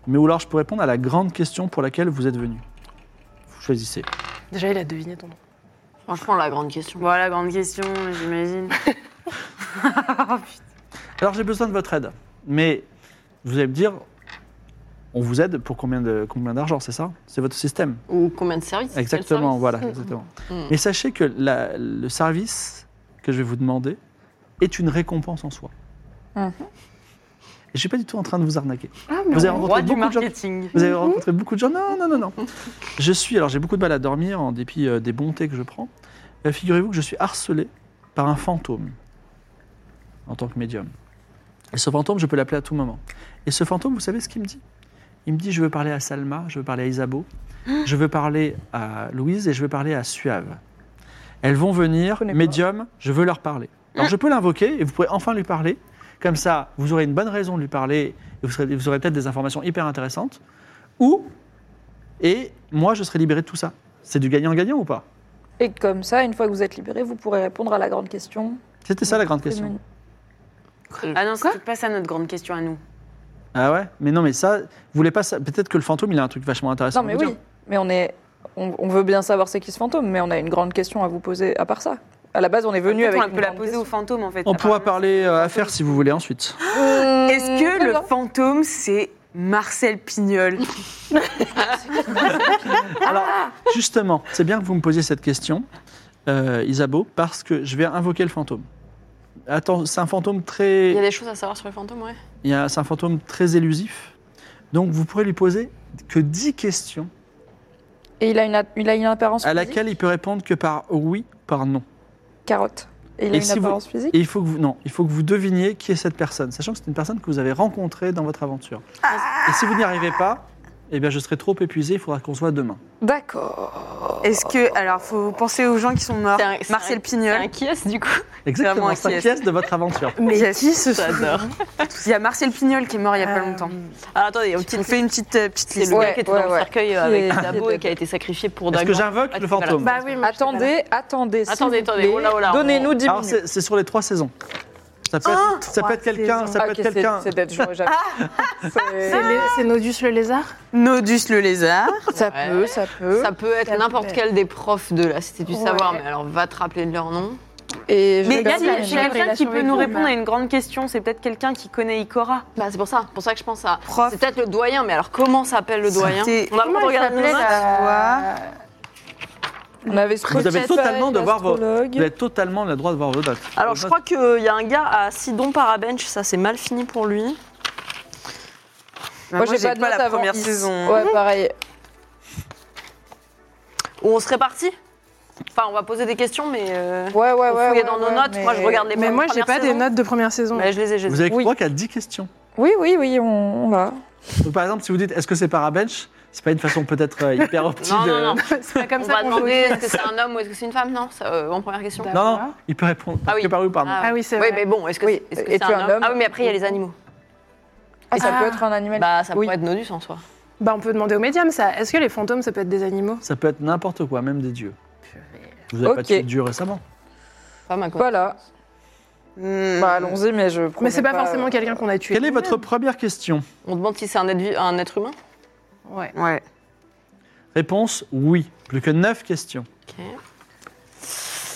[SPEAKER 1] mais ou alors je peux répondre à la grande question pour laquelle vous êtes venu. Vous choisissez.
[SPEAKER 5] Déjà, il a deviné ton nom.
[SPEAKER 4] Franchement, la grande question.
[SPEAKER 6] Voilà, grande question, j'imagine.
[SPEAKER 1] Alors, j'ai besoin de votre aide, mais vous allez me dire, on vous aide pour combien de combien d'argent, c'est ça C'est votre système.
[SPEAKER 4] Ou combien de services
[SPEAKER 1] Exactement,
[SPEAKER 4] Quel service
[SPEAKER 1] voilà, exactement.
[SPEAKER 4] Mm.
[SPEAKER 1] Mais sachez que la- le service que je vais vous demander est une récompense en soi.
[SPEAKER 2] Mhm.
[SPEAKER 1] Et je suis pas du tout en train de vous arnaquer.
[SPEAKER 5] Ah, mais
[SPEAKER 1] Vous avez
[SPEAKER 5] on-
[SPEAKER 1] rencontré
[SPEAKER 6] Roi du
[SPEAKER 1] beaucoup de gens.
[SPEAKER 6] marketing.
[SPEAKER 1] Vous avez rencontré beaucoup de gens. Non, non, non, non. Je suis, alors j'ai beaucoup de mal à dormir en dépit euh, des bontés que je prends. Euh, Figurez-vous que je suis harcelé par un fantôme en tant que médium. Et ce fantôme, je peux l'appeler à tout moment. Et ce fantôme, vous savez ce qu'il me dit Il me dit je veux parler à Salma, je veux parler à Isabeau, je veux parler à Louise et je veux parler à Suave. Elles vont venir,
[SPEAKER 2] connais pas. Mm.
[SPEAKER 1] médium, je veux leur parler. Alors je peux l'invoquer et vous pourrez enfin lui parler. Comme ça, vous aurez une bonne raison de lui parler et vous, serez- vous aurez peut-être des informations hyper intéressantes. Ou, et moi, je serai libéré de tout ça. C'est du gagnant-gagnant ou pas
[SPEAKER 2] Et comme ça, une fois que vous êtes libéré, vous pourrez répondre à la grande question.
[SPEAKER 1] C'était ça la grande question.
[SPEAKER 6] Ah non, c'est pas ça notre grande question à nous.
[SPEAKER 1] Ah ouais Mais non, mais ça, vous voulez pas ça Peut-être que le fantôme, il a un truc vachement intéressant.
[SPEAKER 2] Non, mais
[SPEAKER 1] à vous
[SPEAKER 2] oui.
[SPEAKER 1] dire.
[SPEAKER 2] Mais on est, on, on veut bien savoir c'est qui ce fantôme, mais on a une grande question à vous poser. À part ça, à la base, on est venu
[SPEAKER 6] En fait,
[SPEAKER 2] avec.
[SPEAKER 6] on peut la poser au fantôme en fait.
[SPEAKER 4] Ah,
[SPEAKER 1] On pourra
[SPEAKER 4] bah,
[SPEAKER 6] apparemment.
[SPEAKER 1] parler euh, affaires si vous voulez ensuite.
[SPEAKER 6] Est-ce que le fantôme c'est Marcel Pignol
[SPEAKER 4] Ah.
[SPEAKER 1] Alors, justement, c'est bien que vous me posiez cette question, euh, Isabeau, parce que je vais invoquer le fantôme. Attends, c'est un fantôme
[SPEAKER 4] Il y a
[SPEAKER 1] très,
[SPEAKER 4] des choses à savoir sur les fantômes, ouais.
[SPEAKER 1] il y a- c'est un fantôme très élusif. Donc, vous pourrez lui poser que 10 questions
[SPEAKER 2] Et il a une, a- il a une apparence
[SPEAKER 1] à
[SPEAKER 2] physique.
[SPEAKER 1] laquelle il peut répondre que par oui, par non.
[SPEAKER 2] Carotte. Et il a
[SPEAKER 1] Et
[SPEAKER 2] une
[SPEAKER 1] si vous-
[SPEAKER 2] apparence physique.
[SPEAKER 1] Et il faut que vous, non, il faut que vous deviniez qui est cette personne, sachant que c'est une personne que vous avez rencontrée dans votre aventure.
[SPEAKER 4] Ah.
[SPEAKER 1] Et si vous n'y arrivez pas, eh bien, je serai trop épuisé. Il faudra qu'on se voit demain.
[SPEAKER 2] D'accord.
[SPEAKER 6] Est-ce que alors faut penser aux gens qui sont morts
[SPEAKER 4] C'est un- c'est
[SPEAKER 6] Marcel
[SPEAKER 4] un-
[SPEAKER 6] Pignol.
[SPEAKER 4] C'est un qui est-ce, du coup
[SPEAKER 6] vraiment
[SPEAKER 1] Exactement,
[SPEAKER 6] un
[SPEAKER 1] cinq
[SPEAKER 6] sieste.
[SPEAKER 1] pièces de votre aventure.
[SPEAKER 5] Mais
[SPEAKER 6] Yes.
[SPEAKER 5] qui se
[SPEAKER 4] J'adore.
[SPEAKER 6] Il y a Marcel Pignol qui est mort il y a pas
[SPEAKER 5] Euh,
[SPEAKER 6] longtemps.
[SPEAKER 4] Alors attendez, on
[SPEAKER 6] On fait une petite euh, petite
[SPEAKER 4] C'est
[SPEAKER 6] liste.
[SPEAKER 4] le
[SPEAKER 2] Ouais,
[SPEAKER 4] gars qui était
[SPEAKER 2] ouais,
[SPEAKER 4] dans
[SPEAKER 2] ouais.
[SPEAKER 4] le cercueil
[SPEAKER 2] Qui
[SPEAKER 4] avec
[SPEAKER 2] est-
[SPEAKER 4] Dabo
[SPEAKER 2] qui est-
[SPEAKER 4] et qui a été sacrifié pour
[SPEAKER 1] Est-ce
[SPEAKER 4] Dagon.
[SPEAKER 1] que j'invoque
[SPEAKER 4] Ah,
[SPEAKER 1] le
[SPEAKER 4] c'est pas grave.
[SPEAKER 1] fantôme
[SPEAKER 5] Bah oui, moi, je sais pas.
[SPEAKER 2] Attendez, attendez. s'il
[SPEAKER 4] Attendez,
[SPEAKER 2] vous
[SPEAKER 4] attendez,
[SPEAKER 2] plaît.
[SPEAKER 4] oh là, oh là,
[SPEAKER 2] Donnez-nous 10
[SPEAKER 1] Alors,
[SPEAKER 2] minutes.
[SPEAKER 1] c'est c'est sur les trois saisons. Ça peut
[SPEAKER 6] Ah,
[SPEAKER 1] être, ça peut être quelqu'un, ça
[SPEAKER 2] Ah,
[SPEAKER 1] peut
[SPEAKER 2] ok,
[SPEAKER 1] être
[SPEAKER 2] c'est
[SPEAKER 1] quelqu'un.
[SPEAKER 2] c'est d'être joué, j'avoue. C'est-
[SPEAKER 5] Ah, C'est les- c'est Nodus le lézard
[SPEAKER 6] Nodus le lézard.
[SPEAKER 2] Ça
[SPEAKER 4] Ouais.
[SPEAKER 2] peut, ça peut.
[SPEAKER 4] Ça peut être
[SPEAKER 5] Ça
[SPEAKER 4] n'importe
[SPEAKER 5] peut
[SPEAKER 4] quel des profs de la Cité du
[SPEAKER 5] Ouais.
[SPEAKER 4] Savoir, mais alors va te rappeler de leur nom.
[SPEAKER 2] Et je
[SPEAKER 6] Mais il y a
[SPEAKER 2] regarde la
[SPEAKER 6] des-
[SPEAKER 5] si,
[SPEAKER 6] j'ai
[SPEAKER 2] mémoire.
[SPEAKER 5] il
[SPEAKER 6] quelqu'un
[SPEAKER 5] a
[SPEAKER 6] qui
[SPEAKER 5] sauvé
[SPEAKER 6] peut nous
[SPEAKER 5] Goma.
[SPEAKER 6] répondre à une grande question. C'est peut-être quelqu'un qui connaît Ikora.
[SPEAKER 4] Bah c'est pour ça, pour ça que je pense à.
[SPEAKER 6] Prof.
[SPEAKER 4] C'est peut-être le doyen, mais alors comment s'appelle le doyen
[SPEAKER 6] C'était-
[SPEAKER 4] On a le droit de
[SPEAKER 5] elle
[SPEAKER 4] regarder nos
[SPEAKER 5] s'appelait,
[SPEAKER 4] notes.
[SPEAKER 5] la-
[SPEAKER 2] On avait
[SPEAKER 1] Vous avez totalement de voir vos-
[SPEAKER 2] l'astrologue.
[SPEAKER 1] Vous avez totalement le droit de voir vos dates.
[SPEAKER 4] Alors je crois qu'il y a un gars à Sidon Parabench, ça c'est mal fini pour lui.
[SPEAKER 6] Bah,
[SPEAKER 2] Moi, j'ai pas, de notes
[SPEAKER 6] la
[SPEAKER 2] avant
[SPEAKER 6] première
[SPEAKER 2] Is.
[SPEAKER 6] saison.
[SPEAKER 2] Ouais, pareil.
[SPEAKER 4] Ou on serait parti Enfin, on va poser des questions, mais. euh,
[SPEAKER 2] Ouais, ouais, ouais.
[SPEAKER 4] on fouille
[SPEAKER 2] ouais,
[SPEAKER 4] dans nos
[SPEAKER 2] ouais,
[SPEAKER 4] notes. Eh ben, Moi, je
[SPEAKER 2] mais-
[SPEAKER 4] regarde les
[SPEAKER 5] Mais moi, j'ai
[SPEAKER 4] premières
[SPEAKER 5] pas des
[SPEAKER 4] saisons.
[SPEAKER 5] notes de première saison.
[SPEAKER 4] Mais je les ai, je les ai.
[SPEAKER 1] Vous avez
[SPEAKER 2] Oui.
[SPEAKER 1] droit qu'à 10 questions.
[SPEAKER 2] Oui, oui, oui, on, on va.
[SPEAKER 1] Donc, par exemple, si vous dites est-ce que c'est Parabench, c'est pas une façon peut-être euh, hyper optique
[SPEAKER 4] Non,
[SPEAKER 1] de.
[SPEAKER 4] non, non.
[SPEAKER 5] C'est pas comme
[SPEAKER 4] on
[SPEAKER 5] ça
[SPEAKER 4] va
[SPEAKER 5] qu'on joue.
[SPEAKER 4] demander est-ce que c'est un homme ou est-ce que c'est une femme Non, ça, euh, en première question.
[SPEAKER 5] D'accord.
[SPEAKER 1] Non, non, il peut répondre
[SPEAKER 4] Ah oui.
[SPEAKER 1] que par Bah, oui ou par non.
[SPEAKER 5] Ah oui, c'est
[SPEAKER 4] Oui,
[SPEAKER 5] vrai.
[SPEAKER 4] mais bon, est-ce que
[SPEAKER 2] Oui,
[SPEAKER 4] c'est est-ce que
[SPEAKER 2] et
[SPEAKER 4] c'est
[SPEAKER 2] tu es
[SPEAKER 4] un homme Ah oui, mais après, il y a les animaux.
[SPEAKER 2] Et ça
[SPEAKER 5] Ah.
[SPEAKER 2] peut être un animal.
[SPEAKER 4] Bah, ça
[SPEAKER 2] Oui.
[SPEAKER 4] pourrait être Nodus en soi.
[SPEAKER 5] Bah, on peut demander au médium ça. Est-ce que les fantômes, ça peut être des animaux
[SPEAKER 1] Ça peut être n'importe quoi, même des dieux. Vous avez pas
[SPEAKER 2] Ok.
[SPEAKER 1] tué de dieu récemment.
[SPEAKER 4] Pas ma quoi.
[SPEAKER 2] Voilà.
[SPEAKER 6] Hmm.
[SPEAKER 2] Bah,
[SPEAKER 1] Mm.
[SPEAKER 2] allons-y, mais je. promets
[SPEAKER 5] Mais c'est pas, forcément
[SPEAKER 2] euh,
[SPEAKER 5] quelqu'un qu'on a tué.
[SPEAKER 1] Quelle est votre première question
[SPEAKER 4] On demande si c'est un être, vi- un être humain.
[SPEAKER 5] Ouais.
[SPEAKER 6] Ouais.
[SPEAKER 1] Réponse oui. Plus que 9 questions.
[SPEAKER 4] Ok.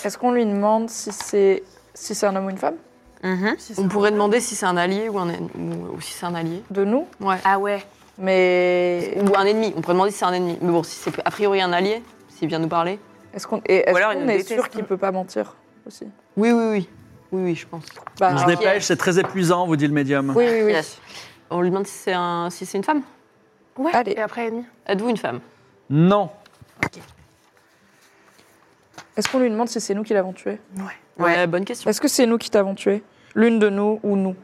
[SPEAKER 2] Est-ce qu'on lui demande si c'est si c'est un homme ou une femme
[SPEAKER 6] Mhm.
[SPEAKER 5] Si c'est
[SPEAKER 4] On
[SPEAKER 5] un-
[SPEAKER 4] pourrait demander si Ah, c'est un allié ou, un, en- ou, ou si c'est un allié.
[SPEAKER 2] de nous
[SPEAKER 4] Ouais.
[SPEAKER 6] Ah ouais.
[SPEAKER 2] Mais
[SPEAKER 4] Ou un ennemi. On pourrait demander si c'est un ennemi. Mais bon, si c'est a priori un allié, s'il vient nous parler.
[SPEAKER 2] est-ce qu'on et est-ce
[SPEAKER 6] Ou alors, il
[SPEAKER 2] qu'on
[SPEAKER 6] nous
[SPEAKER 2] est
[SPEAKER 6] déteste.
[SPEAKER 2] sûr qu'il peut pas mentir aussi
[SPEAKER 4] Oui, oui, oui. Oui, oui, je pense.
[SPEAKER 2] Bah,
[SPEAKER 1] On se
[SPEAKER 2] alors-
[SPEAKER 1] dépêche, c'est très épuisant, vous dit le médium.
[SPEAKER 2] Oui, oui, oui.
[SPEAKER 4] Yes. On lui demande si c'est un, si c'est une femme.
[SPEAKER 5] Ouais.
[SPEAKER 2] Allez.
[SPEAKER 5] Et après, ennemi.
[SPEAKER 4] Êtes-vous une femme
[SPEAKER 1] Non.
[SPEAKER 2] Est-ce qu'on lui demande si c'est nous qui l'avons tué
[SPEAKER 4] ouais. bonne question.
[SPEAKER 2] Est-ce que c'est nous qui t'avons tué L'une de nous ou nous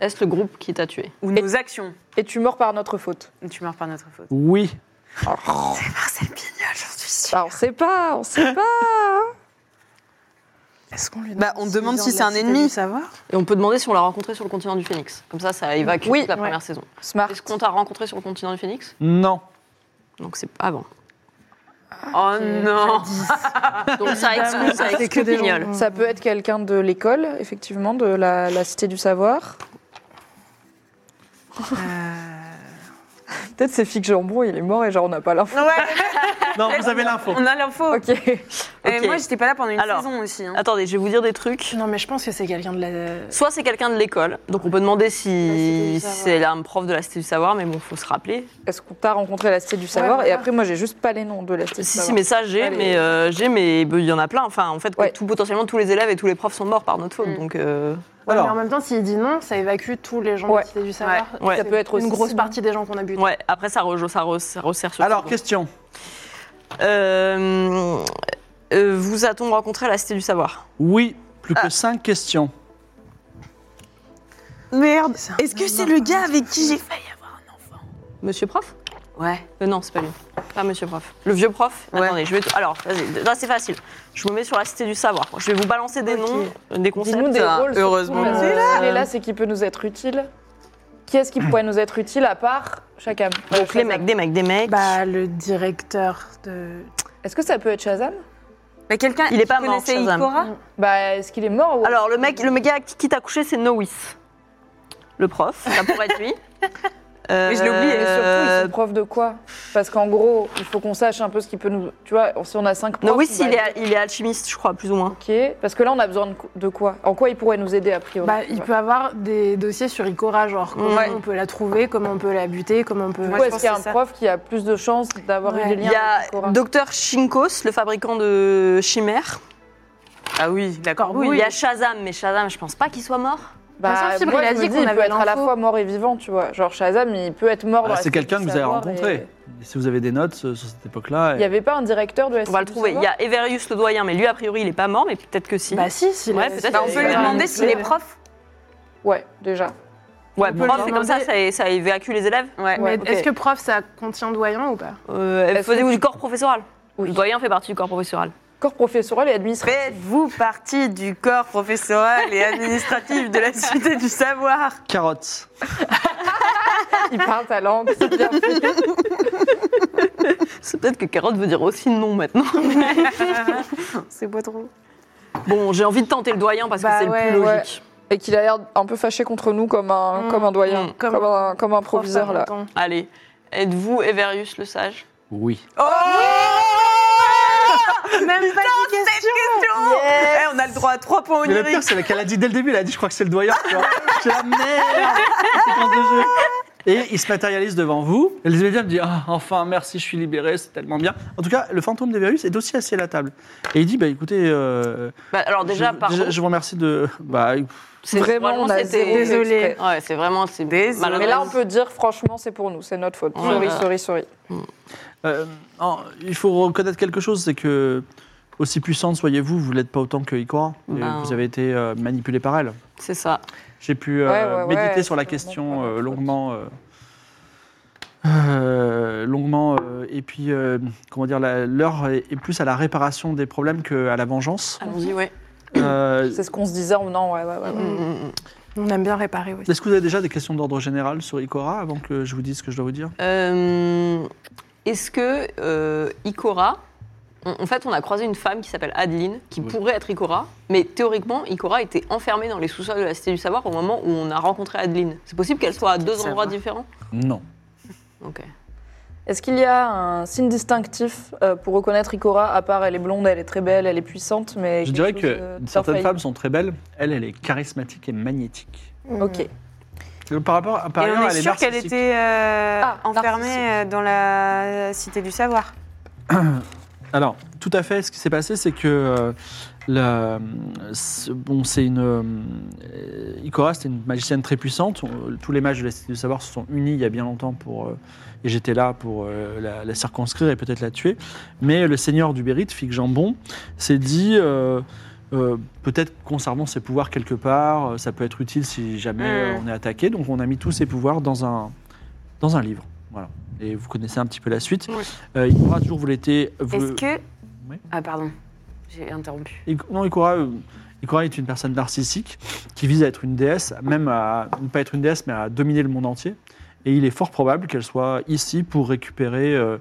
[SPEAKER 4] Est-ce le groupe qui t'a tué
[SPEAKER 6] Ou nos actions.
[SPEAKER 2] Es-tu mort par notre faute
[SPEAKER 6] Tu meurs par notre faute.
[SPEAKER 1] Oui.
[SPEAKER 6] Marcel Pignol, j'en suis sûre.
[SPEAKER 2] Bah, on sait pas, on sait pas.
[SPEAKER 5] Est-ce qu'on lui
[SPEAKER 6] Bah, on demande si c'est un ennemi.
[SPEAKER 5] savoir
[SPEAKER 4] Et on peut demander si on l'a rencontré sur le continent du Phoenix. Comme ça, ça évacue
[SPEAKER 2] Oui,
[SPEAKER 4] toute la
[SPEAKER 2] ouais.
[SPEAKER 4] première saison.
[SPEAKER 2] Smart.
[SPEAKER 4] Est-ce qu'on t'a rencontré sur le continent du Phoenix
[SPEAKER 1] Non.
[SPEAKER 4] Donc c'est avant.
[SPEAKER 6] Oh non
[SPEAKER 4] Donc ça exclut, ça exclut Pignol.
[SPEAKER 2] Ça peut être quelqu'un de l'école, effectivement, de la, la Cité du Savoir.
[SPEAKER 4] Euh.
[SPEAKER 2] Peut-être c'est Fig Jambon, il est mort et genre on n'a pas l'info.
[SPEAKER 1] Non, vous avez l'info.
[SPEAKER 6] On a l'info.
[SPEAKER 2] Ok.
[SPEAKER 6] Et
[SPEAKER 4] Ok.
[SPEAKER 6] moi, j'étais pas là pendant une
[SPEAKER 4] Alors.
[SPEAKER 6] saison aussi. hein.
[SPEAKER 4] Attendez, je vais vous dire des trucs.
[SPEAKER 5] Non, mais je pense que c'est quelqu'un de la.
[SPEAKER 4] Soit c'est quelqu'un de l'école, donc on peut demander
[SPEAKER 5] Cité
[SPEAKER 4] si si
[SPEAKER 5] du Savoir.
[SPEAKER 4] c'est un prof de la Cité du Savoir, mais bon, faut se rappeler.
[SPEAKER 2] Est-ce qu'on t'a rencontré à la Cité du Savoir
[SPEAKER 5] voilà.
[SPEAKER 2] Et après, moi, j'ai juste pas les noms de la Cité du
[SPEAKER 4] Si, si,
[SPEAKER 2] Savoir.
[SPEAKER 4] mais ça j'ai,
[SPEAKER 2] Allez.
[SPEAKER 4] mais euh, j'ai, mais il y en a plein. Enfin, en fait,
[SPEAKER 2] Ouais.
[SPEAKER 4] tout, potentiellement tous les élèves et tous les profs sont morts par notre faute,
[SPEAKER 6] Mm.
[SPEAKER 4] donc. euh,
[SPEAKER 5] Ouais, mais
[SPEAKER 1] Alors.
[SPEAKER 5] en même temps, s'il dit non, ça évacue tous les gens
[SPEAKER 2] Ouais.
[SPEAKER 5] de la Cité du savoir.
[SPEAKER 4] Ouais.
[SPEAKER 2] Ça peut être aussi
[SPEAKER 5] une grosse
[SPEAKER 2] si-
[SPEAKER 5] partie des gens qu'on a butés.
[SPEAKER 4] Ouais, après ça, re, ça, re- ça resserre sur
[SPEAKER 1] Alors,
[SPEAKER 4] tout, donc.
[SPEAKER 1] question.
[SPEAKER 4] Euh, euh, vous a-t-on rencontré à la Cité du Savoir
[SPEAKER 1] Oui, plus
[SPEAKER 2] Ah.
[SPEAKER 1] que cinq questions.
[SPEAKER 2] Oh,
[SPEAKER 6] Merde
[SPEAKER 5] C'est un
[SPEAKER 6] Est-ce que c'est le gars avec qui j'ai fait
[SPEAKER 4] Monsieur prof
[SPEAKER 6] Ouais.
[SPEAKER 4] Euh, Non, c'est pas lui. Pas monsieur prof. Le vieux prof
[SPEAKER 6] Ouais.
[SPEAKER 4] Attendez, je vais. t- Alors, vas-y, là c'est facile. Je me mets sur la Cité du Savoir. Je vais vous balancer des
[SPEAKER 2] Ok.
[SPEAKER 4] noms, euh, des concepts.
[SPEAKER 2] Dis-nous des
[SPEAKER 6] Ah,
[SPEAKER 2] rôles. surtout,
[SPEAKER 6] heureusement.
[SPEAKER 2] parce que
[SPEAKER 6] Il est
[SPEAKER 2] S'il est
[SPEAKER 4] Euh.
[SPEAKER 2] là, c'est qui peut nous être utile Qui est-ce qui pourrait nous être utile à part chacun
[SPEAKER 4] Donc les mecs, des mecs, des mecs.
[SPEAKER 5] Bah, le directeur de.
[SPEAKER 2] Est-ce que ça peut être Shazam
[SPEAKER 6] Mais Bah, quelqu'un
[SPEAKER 4] Il est pas
[SPEAKER 6] qui
[SPEAKER 4] mort,
[SPEAKER 6] connaissait
[SPEAKER 4] Shazam.
[SPEAKER 6] Ikora
[SPEAKER 2] Bah, est-ce qu'il est mort ou...
[SPEAKER 4] Alors le mec, le mec à qui qui t'a couché, c'est Nois. Le prof, ça pourrait être lui. Euh,
[SPEAKER 6] Mais je l'ai oublié,
[SPEAKER 2] Et surtout, ils sont profs de quoi Parce qu'en gros, il faut qu'on sache un peu ce qui peut nous. Tu vois, si on a 5 profs.
[SPEAKER 4] Nois,
[SPEAKER 2] on va
[SPEAKER 4] il est,
[SPEAKER 2] dire,
[SPEAKER 4] al- il est alchimiste, je crois, plus ou moins.
[SPEAKER 2] Ok, parce que là, on a besoin de, co- de quoi En quoi il pourrait nous aider, a priori
[SPEAKER 5] Bah, il
[SPEAKER 2] Ouais.
[SPEAKER 5] peut avoir des dossiers sur Ikora, genre comment
[SPEAKER 4] Ouais.
[SPEAKER 5] on peut la trouver, comment on peut la buter, comment on peut.
[SPEAKER 6] Moi,
[SPEAKER 2] Ou
[SPEAKER 6] je
[SPEAKER 2] est-ce
[SPEAKER 6] pense
[SPEAKER 2] qu'il y a
[SPEAKER 6] que
[SPEAKER 2] un
[SPEAKER 6] c'est ça.
[SPEAKER 2] prof qui a plus de chances d'avoir eu
[SPEAKER 5] Ouais.
[SPEAKER 2] des
[SPEAKER 4] Il
[SPEAKER 2] liens
[SPEAKER 4] y a
[SPEAKER 2] avec Cora
[SPEAKER 4] Docteur Shinkos, le fabricant de chimères.
[SPEAKER 6] Ah oui, la
[SPEAKER 4] Oui,
[SPEAKER 6] corbouille.
[SPEAKER 4] il y a Shazam, mais Shazam, je pense pas qu'il soit mort.
[SPEAKER 5] Vincent
[SPEAKER 2] Bah,
[SPEAKER 5] Fibre,
[SPEAKER 2] moi,
[SPEAKER 5] il
[SPEAKER 2] je
[SPEAKER 5] a
[SPEAKER 2] me
[SPEAKER 5] dit
[SPEAKER 2] dis,
[SPEAKER 5] qu'on
[SPEAKER 2] il peut
[SPEAKER 5] avait
[SPEAKER 2] être à la
[SPEAKER 5] l'info.
[SPEAKER 2] fois mort et vivant, tu vois. Genre Shazam, il peut être mort.
[SPEAKER 1] Ah,
[SPEAKER 2] dans la
[SPEAKER 1] c'est
[SPEAKER 2] Cité
[SPEAKER 1] quelqu'un
[SPEAKER 2] du
[SPEAKER 1] que vous avez
[SPEAKER 2] bah, Savoir
[SPEAKER 1] rencontré.
[SPEAKER 2] et-
[SPEAKER 1] Si vous avez des notes euh, sur cette époque-là.
[SPEAKER 2] Il n'y avait pas un directeur de la
[SPEAKER 4] On
[SPEAKER 2] Cité
[SPEAKER 4] va le
[SPEAKER 2] du
[SPEAKER 4] trouver. Il y
[SPEAKER 2] Savoir
[SPEAKER 4] a Everius le doyen, mais lui, a priori, il est pas mort, mais peut-être que si.
[SPEAKER 5] Bah, si, si.
[SPEAKER 4] Ouais,
[SPEAKER 5] la-
[SPEAKER 4] peut-être.
[SPEAKER 6] Bah, on
[SPEAKER 4] Il
[SPEAKER 6] peut
[SPEAKER 4] y
[SPEAKER 6] lui
[SPEAKER 4] a-
[SPEAKER 6] demander s'il est
[SPEAKER 5] Ouais.
[SPEAKER 6] prof.
[SPEAKER 2] Ouais, déjà.
[SPEAKER 4] ouais,
[SPEAKER 1] on peut
[SPEAKER 4] prof,
[SPEAKER 5] lui
[SPEAKER 4] c'est comme ça, ça, ça évacue les élèves.
[SPEAKER 6] Ouais.
[SPEAKER 5] Mais
[SPEAKER 2] ok.
[SPEAKER 5] est-ce que prof, ça contient doyen ou pas
[SPEAKER 4] Euh,
[SPEAKER 2] Est-ce
[SPEAKER 4] Faisez-vous
[SPEAKER 2] que-
[SPEAKER 4] du corps professoral.
[SPEAKER 2] Oui.
[SPEAKER 4] Le doyen fait partie du corps professoral.
[SPEAKER 2] Corps professoral et administratif.
[SPEAKER 6] Faites-vous partie du corps professoral et administratif de la Cité du Savoir
[SPEAKER 1] Carottes.
[SPEAKER 2] Il parle hein, ta langue, c'est bien fait.
[SPEAKER 4] C'est peut-être que carotte veut dire aussi non maintenant.
[SPEAKER 5] C'est pas trop.
[SPEAKER 4] bon, j'ai envie de tenter le doyen parce
[SPEAKER 5] Bah
[SPEAKER 4] que c'est
[SPEAKER 5] ouais,
[SPEAKER 4] le plus
[SPEAKER 2] ouais.
[SPEAKER 4] logique.
[SPEAKER 2] Et qu'il a l'air un peu fâché contre nous comme un,
[SPEAKER 5] Mmh,
[SPEAKER 2] comme un doyen,
[SPEAKER 4] mmh,
[SPEAKER 2] Mm. comme,
[SPEAKER 5] comme
[SPEAKER 2] un, comme un
[SPEAKER 5] Prof,
[SPEAKER 2] proviseur
[SPEAKER 5] ça
[SPEAKER 2] là.
[SPEAKER 5] m'entend.
[SPEAKER 4] Allez, êtes-vous Everius le sage
[SPEAKER 1] Oui.
[SPEAKER 2] Oh,
[SPEAKER 6] Oh
[SPEAKER 5] Même pas de question
[SPEAKER 6] Eh, On a le droit à 3 points
[SPEAKER 1] Mais le pire,
[SPEAKER 6] oniriques.
[SPEAKER 1] c'est qu'elle a dit dès le début, elle a dit je crois que c'est le doyen. tu vois. J'ai la merde Séquence de jeu. Et il se matérialise devant vous. Et les médias me disent Ah, enfin, merci, je suis libéré, c'est tellement bien. En tout cas, le fantôme d'Everius est aussi assis à la table. Et il dit Bah écoutez, euh,
[SPEAKER 4] bah, Alors déjà,
[SPEAKER 1] je,
[SPEAKER 4] pardon.
[SPEAKER 1] déjà, je vous remercie de. Bah,
[SPEAKER 4] c'est-
[SPEAKER 2] Vraiment, on a
[SPEAKER 4] c'était-
[SPEAKER 2] zéro
[SPEAKER 5] Désolé.
[SPEAKER 2] extrait.
[SPEAKER 4] Ouais, c'est vraiment... c'est
[SPEAKER 6] Désolé.
[SPEAKER 4] malheureux.
[SPEAKER 2] Mais là, on peut dire franchement, c'est pour nous, c'est notre faute.
[SPEAKER 4] Ouais.
[SPEAKER 2] Sorry, sorry, sorry.
[SPEAKER 1] Euh, en- il faut reconnaître quelque chose, c'est que aussi puissante soyez-vous, vous l'êtes pas autant que Ikora. Et
[SPEAKER 2] Mm.
[SPEAKER 4] Ben.
[SPEAKER 1] Vous avez été euh, manipulé par elle.
[SPEAKER 4] C'est ça.
[SPEAKER 1] J'ai pu euh,
[SPEAKER 2] Ouais, ouais,
[SPEAKER 1] méditer
[SPEAKER 2] ouais,
[SPEAKER 1] sur la
[SPEAKER 2] c'est
[SPEAKER 1] question
[SPEAKER 2] vraiment pas
[SPEAKER 1] euh,
[SPEAKER 2] notre
[SPEAKER 1] longuement. euh, euh, longuement euh, et puis euh, comment dire la- l'heure est, est plus à la réparation des problèmes qu'à la vengeance
[SPEAKER 4] Allons-y, ouais.
[SPEAKER 1] Euh,
[SPEAKER 2] C'est ce qu'on se disait en venant, ouais, ouais, ouais. ouais.
[SPEAKER 4] Mm, mm, mm.
[SPEAKER 5] On aime bien réparer aussi.
[SPEAKER 1] est-ce que vous avez déjà des questions d'ordre général sur Ikora avant que je vous dise ce que je dois vous dire
[SPEAKER 4] Euh, Est-ce que euh, Ikora. on- en fait, on a croisé une femme qui s'appelle Adeline, qui
[SPEAKER 1] Oui.
[SPEAKER 4] pourrait être Ikora, mais théoriquement, Ikora était enfermée dans les sous-sols de la Cité du Savoir au moment où on a rencontré Adeline. C'est possible qu'elle soit à deux
[SPEAKER 6] Savoir.
[SPEAKER 4] endroits différents
[SPEAKER 1] non
[SPEAKER 4] Ok.
[SPEAKER 2] Est-ce qu'il y a un signe distinctif euh, pour reconnaître Ikora, à part elle est blonde, elle est très belle, elle est puissante, mais.
[SPEAKER 1] je
[SPEAKER 2] quelque
[SPEAKER 1] dirais
[SPEAKER 2] chose
[SPEAKER 1] que
[SPEAKER 2] de-
[SPEAKER 1] certaines
[SPEAKER 2] d'infaillible
[SPEAKER 1] femmes sont très belles elle elle est charismatique et magnétique
[SPEAKER 2] Ok.
[SPEAKER 1] Euh, Par rapport à par
[SPEAKER 6] Et
[SPEAKER 1] ailleurs,
[SPEAKER 6] on
[SPEAKER 1] elle
[SPEAKER 6] est
[SPEAKER 1] est
[SPEAKER 6] sûr qu'elle
[SPEAKER 1] narcissique.
[SPEAKER 6] était euh,
[SPEAKER 2] Ah,
[SPEAKER 6] enfermée euh, dans la Cité du Savoir.
[SPEAKER 1] Alors, tout à fait, ce qui s'est passé, c'est que. euh, la- c'est- bon, c'est une. euh, Ikora, c'était une magicienne très puissante. On- euh, Tous les mages de la Cité du Savoir se sont unis il y a bien longtemps pour. euh, et j'étais là pour euh, la, la circonscrire et peut-être la tuer. Mais le seigneur du Bérite, Fig Jambon, s'est dit. euh, euh, peut-être conservons ses pouvoirs quelque part, euh, ça peut être utile si jamais
[SPEAKER 6] Mm.
[SPEAKER 1] euh, on est attaqué. Donc on a mis tous ses pouvoirs dans un, dans un livre. Voilà. et vous connaissez un petit peu la suite.
[SPEAKER 6] Oui.
[SPEAKER 1] Euh, Ikora, toujours, vous l'étiez.
[SPEAKER 6] Est-ce
[SPEAKER 1] vous-
[SPEAKER 6] que.
[SPEAKER 1] Oui.
[SPEAKER 6] Ah, pardon, j'ai interrompu.
[SPEAKER 1] Ik- Non, Ikora, euh, Ikora est une personne narcissique qui vise à être une déesse, même à ne pas être une déesse, mais à dominer le monde entier. Et il est fort probable qu'elle soit ici pour récupérer euh,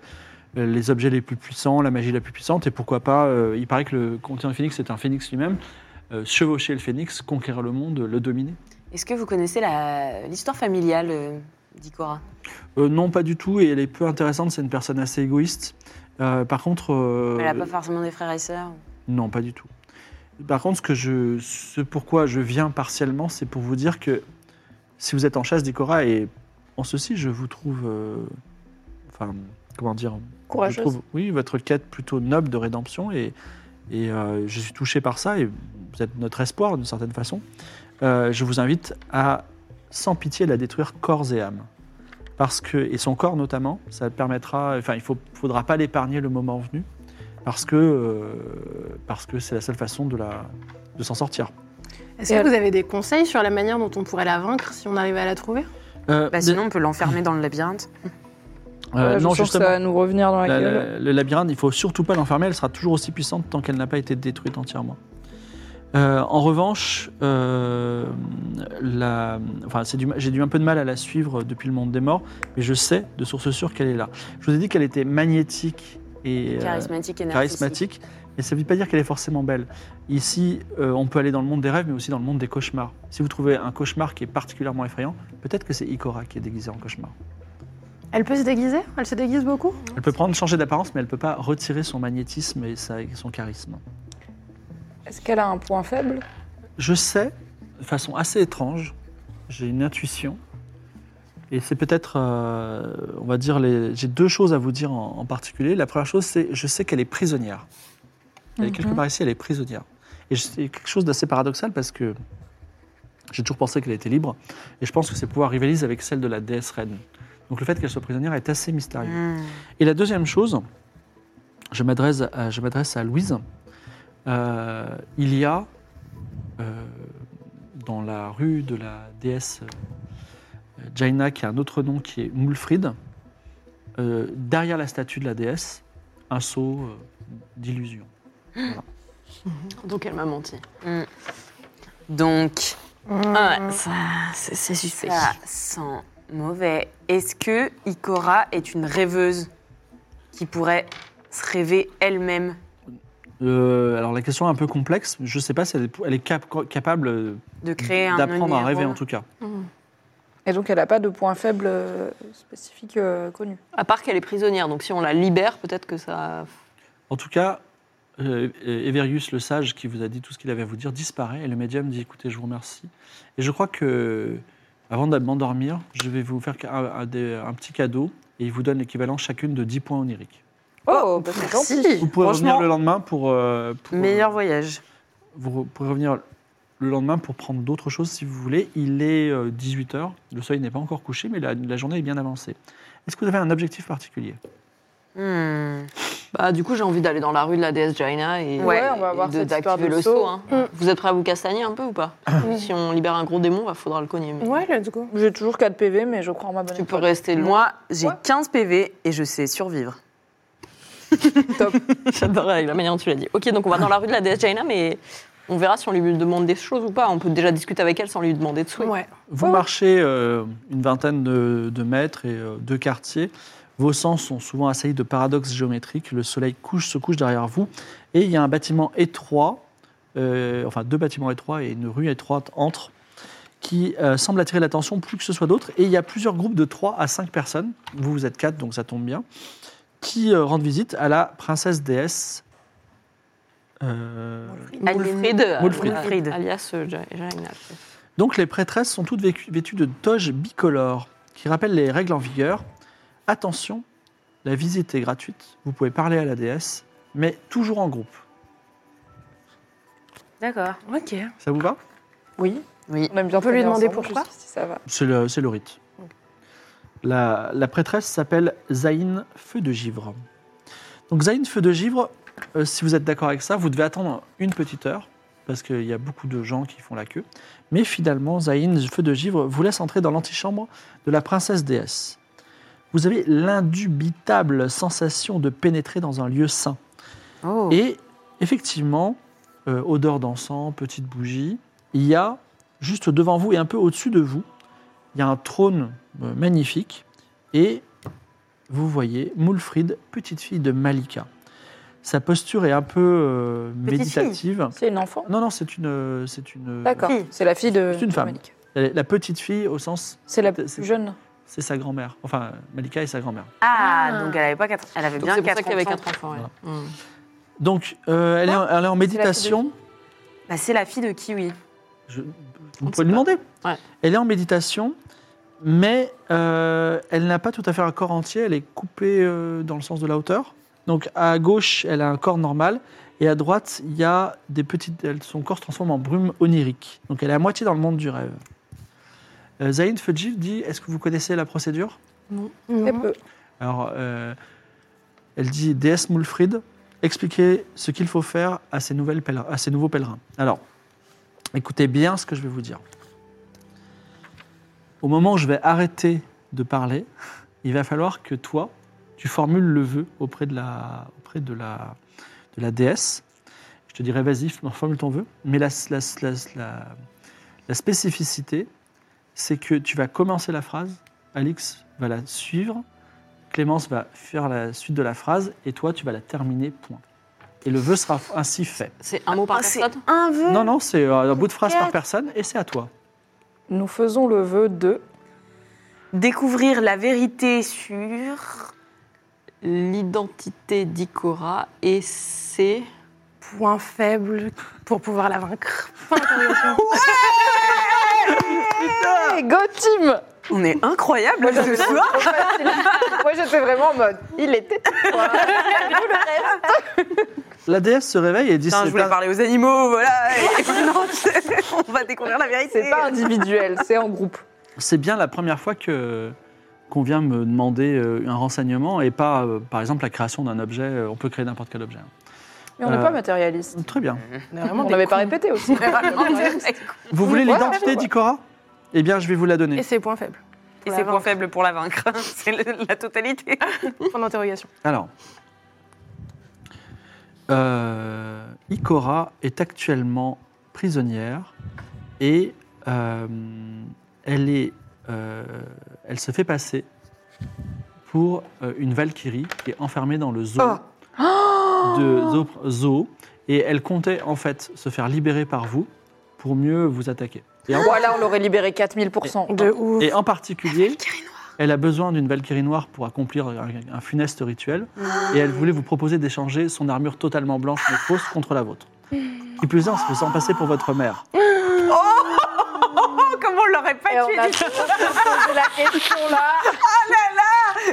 [SPEAKER 1] les objets les plus puissants, la magie la plus puissante, et pourquoi pas, euh, il paraît que le continent phénix est un phénix lui-même, euh, chevaucher le phénix, conquérir le monde, le dominer.
[SPEAKER 6] Est-ce que vous connaissez la- l'histoire familiale euh, d'Ikora
[SPEAKER 1] Euh, non, pas du tout, et elle est peu intéressante, c'est une personne assez égoïste. Euh, par contre... euh,
[SPEAKER 6] Elle n'a pas forcément des frères et sœurs
[SPEAKER 1] Non, pas du tout. Par contre, ce, que je, ce pourquoi je viens partiellement, c'est pour vous dire que si vous êtes en chasse d'Ikora, et en ceci, je vous trouve. euh, enfin, comment dire je
[SPEAKER 2] Courageuse.
[SPEAKER 1] trouve, Oui, votre quête plutôt noble de rédemption, et, et euh, je suis touché par ça, et vous êtes notre espoir d'une certaine façon. Euh, je vous invite à, sans pitié, la détruire corps et âme. Parce que, et son corps notamment, ça permettra, enfin, il ne faudra pas l'épargner le moment venu, parce que euh, parce que c'est la seule façon de, la- de s'en sortir.
[SPEAKER 5] Est-ce
[SPEAKER 2] Et
[SPEAKER 5] que
[SPEAKER 2] elle-
[SPEAKER 5] vous avez des conseils sur la manière dont on pourrait la vaincre si on arrivait à la trouver
[SPEAKER 1] Euh,
[SPEAKER 6] Bah, Sinon, on peut l'enfermer dans le labyrinthe.
[SPEAKER 1] euh,
[SPEAKER 2] Ouais, je
[SPEAKER 1] non,
[SPEAKER 2] sens que
[SPEAKER 1] justement,
[SPEAKER 2] ça va nous revenir dans la
[SPEAKER 1] la-
[SPEAKER 2] gueule.
[SPEAKER 1] la- le labyrinthe, il faut surtout pas l'enfermer, elle sera toujours aussi puissante tant qu'elle n'a pas été détruite entièrement. Euh, en revanche, euh, la- enfin, c'est du- j'ai eu un peu de mal à la suivre depuis le monde des morts, mais je sais de source sûre qu'elle est là. Je vous ai dit qu'elle était magnétique et euh,
[SPEAKER 6] Charismatique et narcissique.
[SPEAKER 1] charismatique, mais ça ne veut pas dire qu'elle est forcément belle. Ici, euh, on peut aller dans le monde des rêves, mais aussi dans le monde des cauchemars. Si vous trouvez un cauchemar qui est particulièrement effrayant, peut-être que c'est Ikora qui est déguisée en cauchemar.
[SPEAKER 5] Elle peut se déguiser Elle se déguise beaucoup
[SPEAKER 1] Elle peut prendre, changer d'apparence, mais elle ne peut pas retirer son magnétisme et sa- son charisme.
[SPEAKER 2] Est-ce qu'elle a un point faible
[SPEAKER 1] Je sais, de façon assez étrange, j'ai une intuition, et c'est peut-être, euh, on va dire, les... j'ai deux choses à vous dire en, en particulier. La première chose, c'est je sais qu'elle est prisonnière. Elle est quelque part ici, elle est prisonnière. Et je- c'est quelque chose d'assez paradoxal parce que j'ai toujours pensé qu'elle était libre, et je pense que ses pouvoirs rivalisent avec celles de la déesse reine. Donc le fait qu'elle soit prisonnière est assez mystérieux.
[SPEAKER 6] Hmm.
[SPEAKER 1] Et la deuxième chose, je m'adresse à, je m'adresse à Louise. Euh, il y a euh, dans la rue de la déesse euh, Jaina, qui a un autre nom qui est Mulfrid, euh, derrière la statue de la déesse, un seau euh, d'illusion.
[SPEAKER 4] Donc elle m'a menti.
[SPEAKER 6] Donc,
[SPEAKER 4] Ah, ça, c'est c'est suspect.
[SPEAKER 6] ça sent mauvais. Est-ce que Ikora est une rêveuse qui pourrait se rêver elle-même
[SPEAKER 1] Euh, alors la question est un peu complexe. Je ne sais pas si elle est, elle est cap- capable euh,
[SPEAKER 6] de créer un
[SPEAKER 1] d'apprendre à
[SPEAKER 6] univers
[SPEAKER 1] rêver en tout cas.
[SPEAKER 2] Et donc, elle n'a pas de point faible euh, spécifique euh, connu.
[SPEAKER 4] À part qu'elle est prisonnière, donc si on la libère, peut-être que ça.
[SPEAKER 1] En tout cas, euh, euh, Everius le sage, qui vous a dit tout ce qu'il avait à vous dire, disparaît et le médium dit écoutez, je vous remercie. Et je crois que, avant de m'endormir, je vais vous faire un, un des- un petit cadeau et il vous donne l'équivalent chacune de 10 points oniriques.
[SPEAKER 2] Oh, bah, c'est gentil
[SPEAKER 1] Vous pouvez revenir
[SPEAKER 6] Franchement,
[SPEAKER 1] le lendemain pour. euh, pour, euh,
[SPEAKER 6] Meilleur voyage.
[SPEAKER 1] Vous re- pourrez revenir le lendemain pour prendre d'autres choses si vous voulez. Il est 18h, le soleil n'est pas encore couché, mais la, la journée est bien avancée. Est-ce que vous avez un objectif particulier
[SPEAKER 6] Hmm.
[SPEAKER 4] Bah, du coup, j'ai envie d'aller dans la rue de la déesse Jaina et,
[SPEAKER 2] Ouais, on va
[SPEAKER 4] et
[SPEAKER 2] voir
[SPEAKER 4] de-
[SPEAKER 2] cette histoire
[SPEAKER 4] d'activer
[SPEAKER 2] de
[SPEAKER 4] le
[SPEAKER 2] saut.
[SPEAKER 4] saut. hein. Vous êtes prêts à vous castagner un peu ou pas Si on libère un gros démon, il faudra le cogner. mais-
[SPEAKER 5] Ouais, let's go.
[SPEAKER 2] J'ai toujours 4 PV, mais je crois en ma bonne
[SPEAKER 4] Tu peux
[SPEAKER 2] étoile.
[SPEAKER 4] rester loin.
[SPEAKER 6] Moi, j'ai
[SPEAKER 2] Ouais.
[SPEAKER 6] 15 PV et je sais survivre.
[SPEAKER 4] J'adore avec la manière dont tu l'as dit. Ok, donc on va dans la rue de la déesse Jaina, mais on verra si on lui demande des choses ou pas. On peut déjà discuter avec elle sans lui demander de souhait.
[SPEAKER 5] Ouais.
[SPEAKER 1] Vous marchez euh, une vingtaine de, de mètres et euh, de quartiers. Vos sens sont souvent assaillis de paradoxes géométriques. Le soleil couche, se couche derrière vous. Et il y a un bâtiment étroit, euh, enfin deux bâtiments étroits et une rue étroite entre, qui euh, semble attirer l'attention plus que ce soit d'autres. Et il y a plusieurs groupes de 3 à 5 personnes. Vous, vous êtes 4, donc ça tombe bien. Qui euh, rendent visite à la princesse déesse. euh,
[SPEAKER 4] Mulfrid, euh,
[SPEAKER 1] Mulfrid.
[SPEAKER 6] Mulfrid.
[SPEAKER 4] alias euh, Ja- Jaina.
[SPEAKER 1] Donc les prêtresses sont toutes vécu- vêtues de toges bicolores qui rappellent les règles en vigueur. Attention, la visite est gratuite, vous pouvez parler à la déesse, mais toujours en groupe.
[SPEAKER 6] D'accord.
[SPEAKER 5] Ok.
[SPEAKER 1] Ça vous va
[SPEAKER 2] Oui.
[SPEAKER 6] Oui.
[SPEAKER 2] On aime bien
[SPEAKER 5] On peut lui
[SPEAKER 2] traîner
[SPEAKER 5] demander
[SPEAKER 2] ensemble
[SPEAKER 5] pourquoi
[SPEAKER 2] jusqu'ici, ça va.
[SPEAKER 1] C'est le, c'est le rite. La, la prêtresse s'appelle Zaïn Feu de Givre. Donc Zaïn Feu de Givre, euh, si vous êtes d'accord avec ça, vous devez attendre une petite heure, parce qu'il y a beaucoup de gens qui font la queue. Mais finalement, Zaïn Feu de Givre vous laisse entrer dans l'antichambre de la princesse déesse. vous avez l'indubitable sensation de pénétrer dans un lieu saint.
[SPEAKER 6] Oh.
[SPEAKER 1] Et effectivement, euh, odeur d'encens, petite bougie, il y a juste devant vous et un peu au-dessus de vous, il y a un trône euh, magnifique et vous voyez Moulfrid, petite fille de Malika. Sa posture est un peu euh,
[SPEAKER 6] Petite fille
[SPEAKER 1] méditative.
[SPEAKER 2] C'est une enfant
[SPEAKER 1] Non, non, c'est une, euh, c'est une, euh,
[SPEAKER 2] D'accord.
[SPEAKER 6] fille.
[SPEAKER 2] C'est la fille de.
[SPEAKER 1] C'est une
[SPEAKER 2] de
[SPEAKER 1] femme.
[SPEAKER 2] Monique.
[SPEAKER 1] la la petite fille au sens,
[SPEAKER 2] C'est la
[SPEAKER 1] C'est- c'est-
[SPEAKER 2] plus jeune.
[SPEAKER 1] c'est sa grand-mère. Enfin, Malika est sa grand-mère.
[SPEAKER 6] Ah,
[SPEAKER 5] Ah.
[SPEAKER 6] donc elle avait pas quatre. Elle avait
[SPEAKER 4] Donc,
[SPEAKER 6] bien
[SPEAKER 4] C'est pour
[SPEAKER 6] quatre
[SPEAKER 4] ça qu'il y avait
[SPEAKER 6] enfants.
[SPEAKER 4] quatre enfants. ouais.
[SPEAKER 1] Voilà.
[SPEAKER 4] Hum.
[SPEAKER 1] Donc, euh, elle, est
[SPEAKER 4] Ah,
[SPEAKER 1] en, elle est en méditation.
[SPEAKER 6] Bah, c'est la fille de Kiwi.
[SPEAKER 1] Je-
[SPEAKER 4] On
[SPEAKER 1] vous
[SPEAKER 4] ne
[SPEAKER 1] pouvez
[SPEAKER 4] sait
[SPEAKER 1] lui demander.
[SPEAKER 4] Ouais.
[SPEAKER 1] Elle est en méditation, mais euh, elle n'a pas tout à fait un corps entier. Elle est coupée euh, dans le sens de la hauteur. Donc à gauche, elle a un corps normal, et à droite, il y a des petites. elle- son corps se transforme en brume onirique. Donc elle est à moitié dans le monde du rêve. Euh, Zayn Fujif dit Est-ce que vous connaissez la procédure
[SPEAKER 5] Non.
[SPEAKER 2] Très peu.
[SPEAKER 1] Alors, euh, elle dit Déesse Moulfrid, expliquez ce qu'il faut faire à ces, nouvelles pèlerins- à ces nouveaux pèlerins. Alors, écoutez bien ce que je vais vous dire. Au moment où je vais arrêter de parler, il va falloir que toi, tu formules le vœu auprès de la, auprès de la, de la déesse. Je te dirais, vas-y, formule ton vœu. Mais la, la- la- la- la spécificité, c'est que tu vas commencer la phrase, Alix va la suivre, Clémence va faire la suite de la phrase et toi, tu vas la terminer, point. Et le vœu sera ainsi fait.
[SPEAKER 4] C'est un mot par
[SPEAKER 6] Ah, c'est
[SPEAKER 4] personne
[SPEAKER 6] un vœu.
[SPEAKER 1] Non, non, c'est euh, un bout de phrase par personne et c'est à toi.
[SPEAKER 2] Nous faisons le vœu de.
[SPEAKER 6] Découvrir la vérité sur.
[SPEAKER 4] L'identité d'Ikora et c'est.
[SPEAKER 5] Point faible pour pouvoir la vaincre. Point d'interrogation.
[SPEAKER 2] Hey, go team
[SPEAKER 6] On est incroyable ce soir.
[SPEAKER 2] Trop facile. Moi j'étais vraiment en mode. Il était.
[SPEAKER 1] La déesse se réveille et dit
[SPEAKER 6] Putain,
[SPEAKER 1] c'est
[SPEAKER 6] je voulais
[SPEAKER 1] pas-
[SPEAKER 6] parler aux animaux, voilà. Et puis non, on va découvrir la vérité.
[SPEAKER 2] C'est pas individuel, c'est en groupe.
[SPEAKER 1] c'est bien la première fois que qu'on vient me demander euh, un renseignement et pas, euh, par exemple, la création d'un objet. euh, On peut créer n'importe quel objet. hein.
[SPEAKER 2] Mais on n'est
[SPEAKER 1] Euh,
[SPEAKER 2] pas matérialiste.
[SPEAKER 1] Très bien.
[SPEAKER 5] On est vraiment
[SPEAKER 2] On
[SPEAKER 5] des
[SPEAKER 2] n'avait
[SPEAKER 5] cons.
[SPEAKER 2] pas répété aussi.
[SPEAKER 1] Vous voulez
[SPEAKER 2] Ouais,
[SPEAKER 1] l'identité
[SPEAKER 2] ouais.
[SPEAKER 1] d'Ikora Eh bien, je vais vous la
[SPEAKER 5] Et
[SPEAKER 1] donner.
[SPEAKER 5] c'est point faible.
[SPEAKER 6] Et c'est point faible pour la vaincre. C'est le- la totalité.
[SPEAKER 5] Point d'interrogation.
[SPEAKER 1] Alors, euh, Ikora est actuellement prisonnière et euh, elle, est, euh, elle se fait passer pour euh, une Valkyrie qui est enfermée dans le zoo de zoo, zoo. et elle comptait en fait se faire libérer par vous pour mieux vous attaquer. Et en,
[SPEAKER 2] Voilà, on l'aurait libéré 4000%.
[SPEAKER 5] De ouf.
[SPEAKER 1] et en particulier, elle a besoin d'une Valkyrie noire pour accomplir un, un funeste rituel
[SPEAKER 2] Ah.
[SPEAKER 1] et elle voulait vous proposer d'échanger son armure totalement blanche mais fausse contre la vôtre.
[SPEAKER 2] Hmm.
[SPEAKER 1] Qui plus est, en se faisant passer pour votre mère.
[SPEAKER 2] Ah.
[SPEAKER 6] Oh, comment on l'aurait
[SPEAKER 2] Et
[SPEAKER 6] pas
[SPEAKER 2] on
[SPEAKER 6] tué
[SPEAKER 2] a
[SPEAKER 6] du
[SPEAKER 2] toujours posé la question là.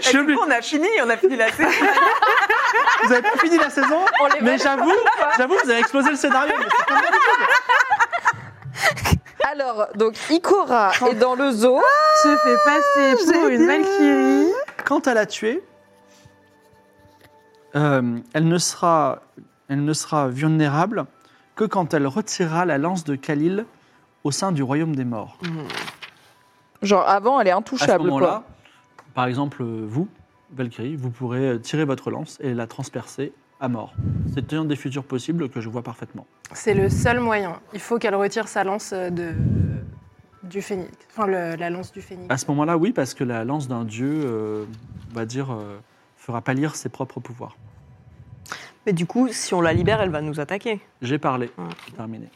[SPEAKER 1] Je
[SPEAKER 6] tout.
[SPEAKER 1] me-
[SPEAKER 6] Bah, On a fini, on a fini la série.
[SPEAKER 1] Vous n'avez pas fini la saison,
[SPEAKER 2] On les
[SPEAKER 1] mais
[SPEAKER 2] met-
[SPEAKER 1] j'avoue, j'avoue, vous avez explosé le scénario. mais c'est pas mal.
[SPEAKER 2] Alors, donc Ikora est dans le zoo.
[SPEAKER 5] se fait passer pour une Valkyrie.
[SPEAKER 1] Quand elle a tué, euh, elle, ne sera, elle ne sera vulnérable que quand elle retirera la lance de Khalil au sein du royaume des morts.
[SPEAKER 2] Genre avant, elle est
[SPEAKER 1] À ce
[SPEAKER 2] intouchable. quoi.
[SPEAKER 1] moment-là, par exemple, euh, vous, Valkyrie, vous pourrez euh, tirer votre lance et la transpercer à mort. C'est un des futurs possibles que je vois parfaitement.
[SPEAKER 5] C'est le seul moyen. Il faut qu'elle retire sa lance euh, de du phénix. Enfin, le- la lance du phénix.
[SPEAKER 1] À ce moment-là, oui, parce que la lance d'un dieu, euh, on va dire, euh, fera pâlir ses propres pouvoirs.
[SPEAKER 4] Mais du coup, si on la libère, elle va nous attaquer.
[SPEAKER 1] J'ai parlé,
[SPEAKER 4] Ah.
[SPEAKER 1] c'est terminé.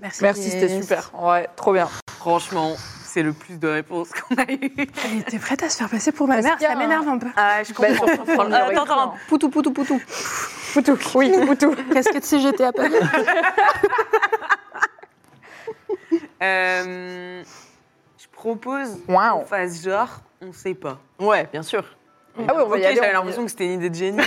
[SPEAKER 5] Merci.
[SPEAKER 2] Merci, c'était super. Ouais, trop bien.
[SPEAKER 6] Franchement, c'est le plus de réponses qu'on a eues.
[SPEAKER 5] Elle était prête à se faire passer pour ma mère.
[SPEAKER 2] qu'il y a
[SPEAKER 5] Ça m'énerve un peu.
[SPEAKER 6] Ah, je
[SPEAKER 2] Bah, surtout, on y aurait
[SPEAKER 4] attends,
[SPEAKER 2] cru,
[SPEAKER 4] attends,
[SPEAKER 2] hein.
[SPEAKER 4] poutou, poutou, poutou.
[SPEAKER 2] Poutou, oui, Poutou.
[SPEAKER 5] Qu'est-ce que tu sais, j'étais à Paris.
[SPEAKER 6] Euh, je propose qu'on
[SPEAKER 2] Waouh.
[SPEAKER 6] fasse genre, on sait pas.
[SPEAKER 4] Ouais, bien sûr.
[SPEAKER 2] Ah oui, on va y
[SPEAKER 6] Ok,
[SPEAKER 2] aller, on
[SPEAKER 6] J'avais
[SPEAKER 2] y
[SPEAKER 6] l'impression que c'était une idée de génie.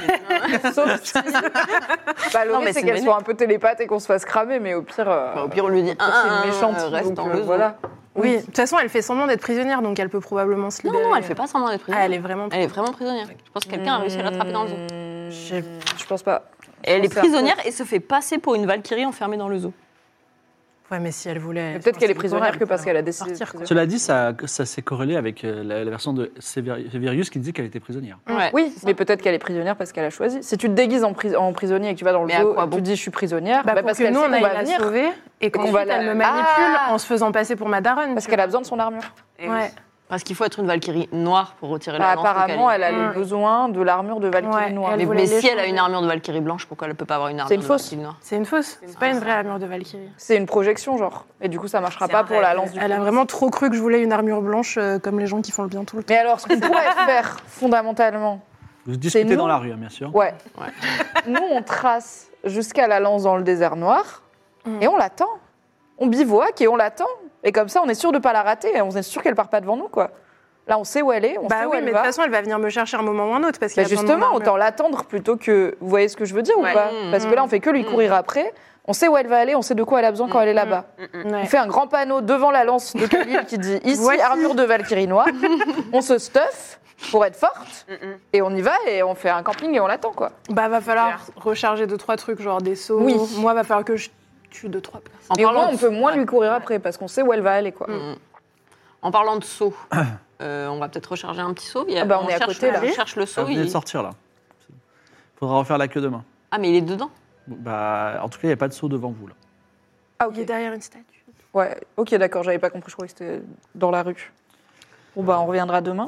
[SPEAKER 2] Sauf si. Bah, le
[SPEAKER 4] Non, mais
[SPEAKER 2] risque, c'est
[SPEAKER 4] c'est
[SPEAKER 2] qu'elle
[SPEAKER 4] bénéfique.
[SPEAKER 2] soit un peu télépathe et qu'on se fasse cramer, mais au pire. euh,
[SPEAKER 4] Enfin, Bah, au pire, on lui dit
[SPEAKER 2] c'est
[SPEAKER 4] un,
[SPEAKER 2] une méchante.
[SPEAKER 4] reste
[SPEAKER 2] donc,
[SPEAKER 4] dans
[SPEAKER 2] euh,
[SPEAKER 4] le zoo.
[SPEAKER 2] voilà.
[SPEAKER 5] Oui. De toute façon, elle fait semblant d'être prisonnière, donc elle peut probablement se
[SPEAKER 4] Non,
[SPEAKER 5] libérer.
[SPEAKER 4] non, elle fait pas semblant d'être prisonnière.
[SPEAKER 5] Ah, elle est vraiment.
[SPEAKER 4] Elle est vraiment prisonnière. Je pense que quelqu'un a réussi à l'attraper dans le zoo.
[SPEAKER 2] Mmh, Je je pense pas.
[SPEAKER 4] Elle
[SPEAKER 2] pense
[SPEAKER 4] est
[SPEAKER 2] que c'est
[SPEAKER 4] prisonnière et se fait passer pour une valkyrie enfermée dans le zoo.
[SPEAKER 5] Ouais, mais si elle voulait.
[SPEAKER 2] Mais peut-être qu'elle est
[SPEAKER 5] enfin,
[SPEAKER 2] prisonnière
[SPEAKER 5] elle
[SPEAKER 2] que
[SPEAKER 5] peut
[SPEAKER 2] parce qu'elle a décidé
[SPEAKER 5] partir,
[SPEAKER 2] de
[SPEAKER 5] quoi.
[SPEAKER 1] Cela dit, ça, ça s'est corrélé avec euh, la, la version de Séver- Sévérius qui dit qu'elle était prisonnière.
[SPEAKER 4] Ouais.
[SPEAKER 2] Oui, mais peut-être qu'elle est prisonnière parce qu'elle a choisi. Si tu te déguises en, pris- en prisonnier et que tu vas dans le
[SPEAKER 4] Mais à
[SPEAKER 2] zoo,
[SPEAKER 4] quoi
[SPEAKER 2] tu
[SPEAKER 4] bon
[SPEAKER 2] dis je suis prisonnière,
[SPEAKER 5] Bah,
[SPEAKER 2] bah,
[SPEAKER 5] pour
[SPEAKER 2] parce
[SPEAKER 5] que
[SPEAKER 2] qu'elle
[SPEAKER 5] nous,
[SPEAKER 2] sait
[SPEAKER 5] on
[SPEAKER 2] qu'on
[SPEAKER 5] aille
[SPEAKER 2] va
[SPEAKER 5] la
[SPEAKER 2] venir,
[SPEAKER 5] sauver et
[SPEAKER 2] qu'on
[SPEAKER 5] qu'ensuite,
[SPEAKER 2] va la-
[SPEAKER 5] elle me manipule
[SPEAKER 4] Ah
[SPEAKER 5] en se faisant passer pour ma daronne.
[SPEAKER 2] parce
[SPEAKER 5] tu
[SPEAKER 2] qu'elle a besoin de son armure.
[SPEAKER 6] Et
[SPEAKER 5] vois. Ouais.
[SPEAKER 4] Parce qu'il faut être une Valkyrie noire pour retirer
[SPEAKER 2] Bah,
[SPEAKER 4] la lance.
[SPEAKER 2] apparemment,
[SPEAKER 4] d'Ocaline.
[SPEAKER 2] elle a le
[SPEAKER 5] Mm.
[SPEAKER 2] besoin de l'armure de Valkyrie
[SPEAKER 5] Ouais,
[SPEAKER 2] noire.
[SPEAKER 5] elle
[SPEAKER 4] Mais,
[SPEAKER 5] voulait
[SPEAKER 4] mais si
[SPEAKER 5] l'échanger.
[SPEAKER 4] elle a une armure de Valkyrie blanche, pourquoi elle ne peut pas avoir une armure
[SPEAKER 2] C'est une
[SPEAKER 4] de
[SPEAKER 2] fausse.
[SPEAKER 4] Valkyrie noire
[SPEAKER 5] C'est une fausse. C'est pas une vraie armure de Valkyrie.
[SPEAKER 2] C'est une projection, genre. Et du coup, ça marchera
[SPEAKER 6] C'est
[SPEAKER 2] pas
[SPEAKER 6] un
[SPEAKER 2] pour la
[SPEAKER 6] rêve.
[SPEAKER 2] lance du
[SPEAKER 5] Elle a
[SPEAKER 2] phoenix.
[SPEAKER 5] vraiment trop cru que je voulais une armure blanche euh, comme les gens qui font le bien tout le temps.
[SPEAKER 2] Mais alors, ce qu'on pourrait faire, fondamentalement,
[SPEAKER 1] Vous discutez
[SPEAKER 2] nous
[SPEAKER 1] dans la rue, hein, bien sûr.
[SPEAKER 2] ouais.
[SPEAKER 4] Ouais.
[SPEAKER 2] Nous, on trace jusqu'à la lance dans le désert noir
[SPEAKER 5] Mm.
[SPEAKER 2] et on l'attend. On bivouac et on l'attend. Et comme ça, on est sûr de pas la rater et on est sûr qu'elle part pas devant nous, quoi. Là, on sait où elle est, on sait
[SPEAKER 5] Bah
[SPEAKER 2] où
[SPEAKER 5] oui,
[SPEAKER 2] elle
[SPEAKER 5] mais de
[SPEAKER 2] va.
[SPEAKER 5] toute façon, elle va venir me chercher un moment ou un autre parce
[SPEAKER 2] Bah
[SPEAKER 5] qu'elle a besoin de mon
[SPEAKER 2] justement,
[SPEAKER 5] armure.
[SPEAKER 2] autant l'attendre plutôt que. Vous voyez ce que je veux dire ou
[SPEAKER 6] Ouais.
[SPEAKER 2] pas
[SPEAKER 4] Mm,
[SPEAKER 2] Parce que là, on fait que lui
[SPEAKER 4] mm.
[SPEAKER 2] courir après. On sait où elle va aller, on sait de quoi elle a besoin
[SPEAKER 5] Mm,
[SPEAKER 2] quand elle est là-bas. On
[SPEAKER 5] Ouais.
[SPEAKER 2] fait un grand panneau devant la lance de Khalil qui dit Ici,
[SPEAKER 5] Voici.
[SPEAKER 2] armure de Valkyrie noire. on se stuff pour être forte
[SPEAKER 5] Mm,
[SPEAKER 2] et on y va et on fait un camping et on l'attend, quoi.
[SPEAKER 5] Bah va falloir recharger deux trois trucs genre des sauts.
[SPEAKER 2] Oui.
[SPEAKER 5] Moi va falloir que je tue deux trois places.
[SPEAKER 4] En
[SPEAKER 2] Mais au moins,
[SPEAKER 4] parlant
[SPEAKER 2] on
[SPEAKER 4] de-
[SPEAKER 2] peut moins
[SPEAKER 4] ouais.
[SPEAKER 2] lui courir après parce qu'on sait où elle va aller, quoi.
[SPEAKER 4] Mm. En parlant de saut, euh, on va peut-être recharger un petit saut. Il y a-
[SPEAKER 2] Ah bah, on est à
[SPEAKER 4] cherche,
[SPEAKER 2] côté, là.
[SPEAKER 4] on cherche le
[SPEAKER 1] Ça
[SPEAKER 4] saut.
[SPEAKER 1] venait
[SPEAKER 4] il-
[SPEAKER 1] de sortir là. Faudra refaire la queue demain.
[SPEAKER 4] Ah, mais il est dedans.
[SPEAKER 1] Bon, Bah, en tout cas, il n'y a pas de saut devant vous là.
[SPEAKER 2] Ah,
[SPEAKER 5] Il est
[SPEAKER 2] ok.
[SPEAKER 5] derrière une statue.
[SPEAKER 2] Ouais, ok, d'accord, j'avais pas compris, je croyais que c'était dans la rue. Bon, bah, on reviendra demain.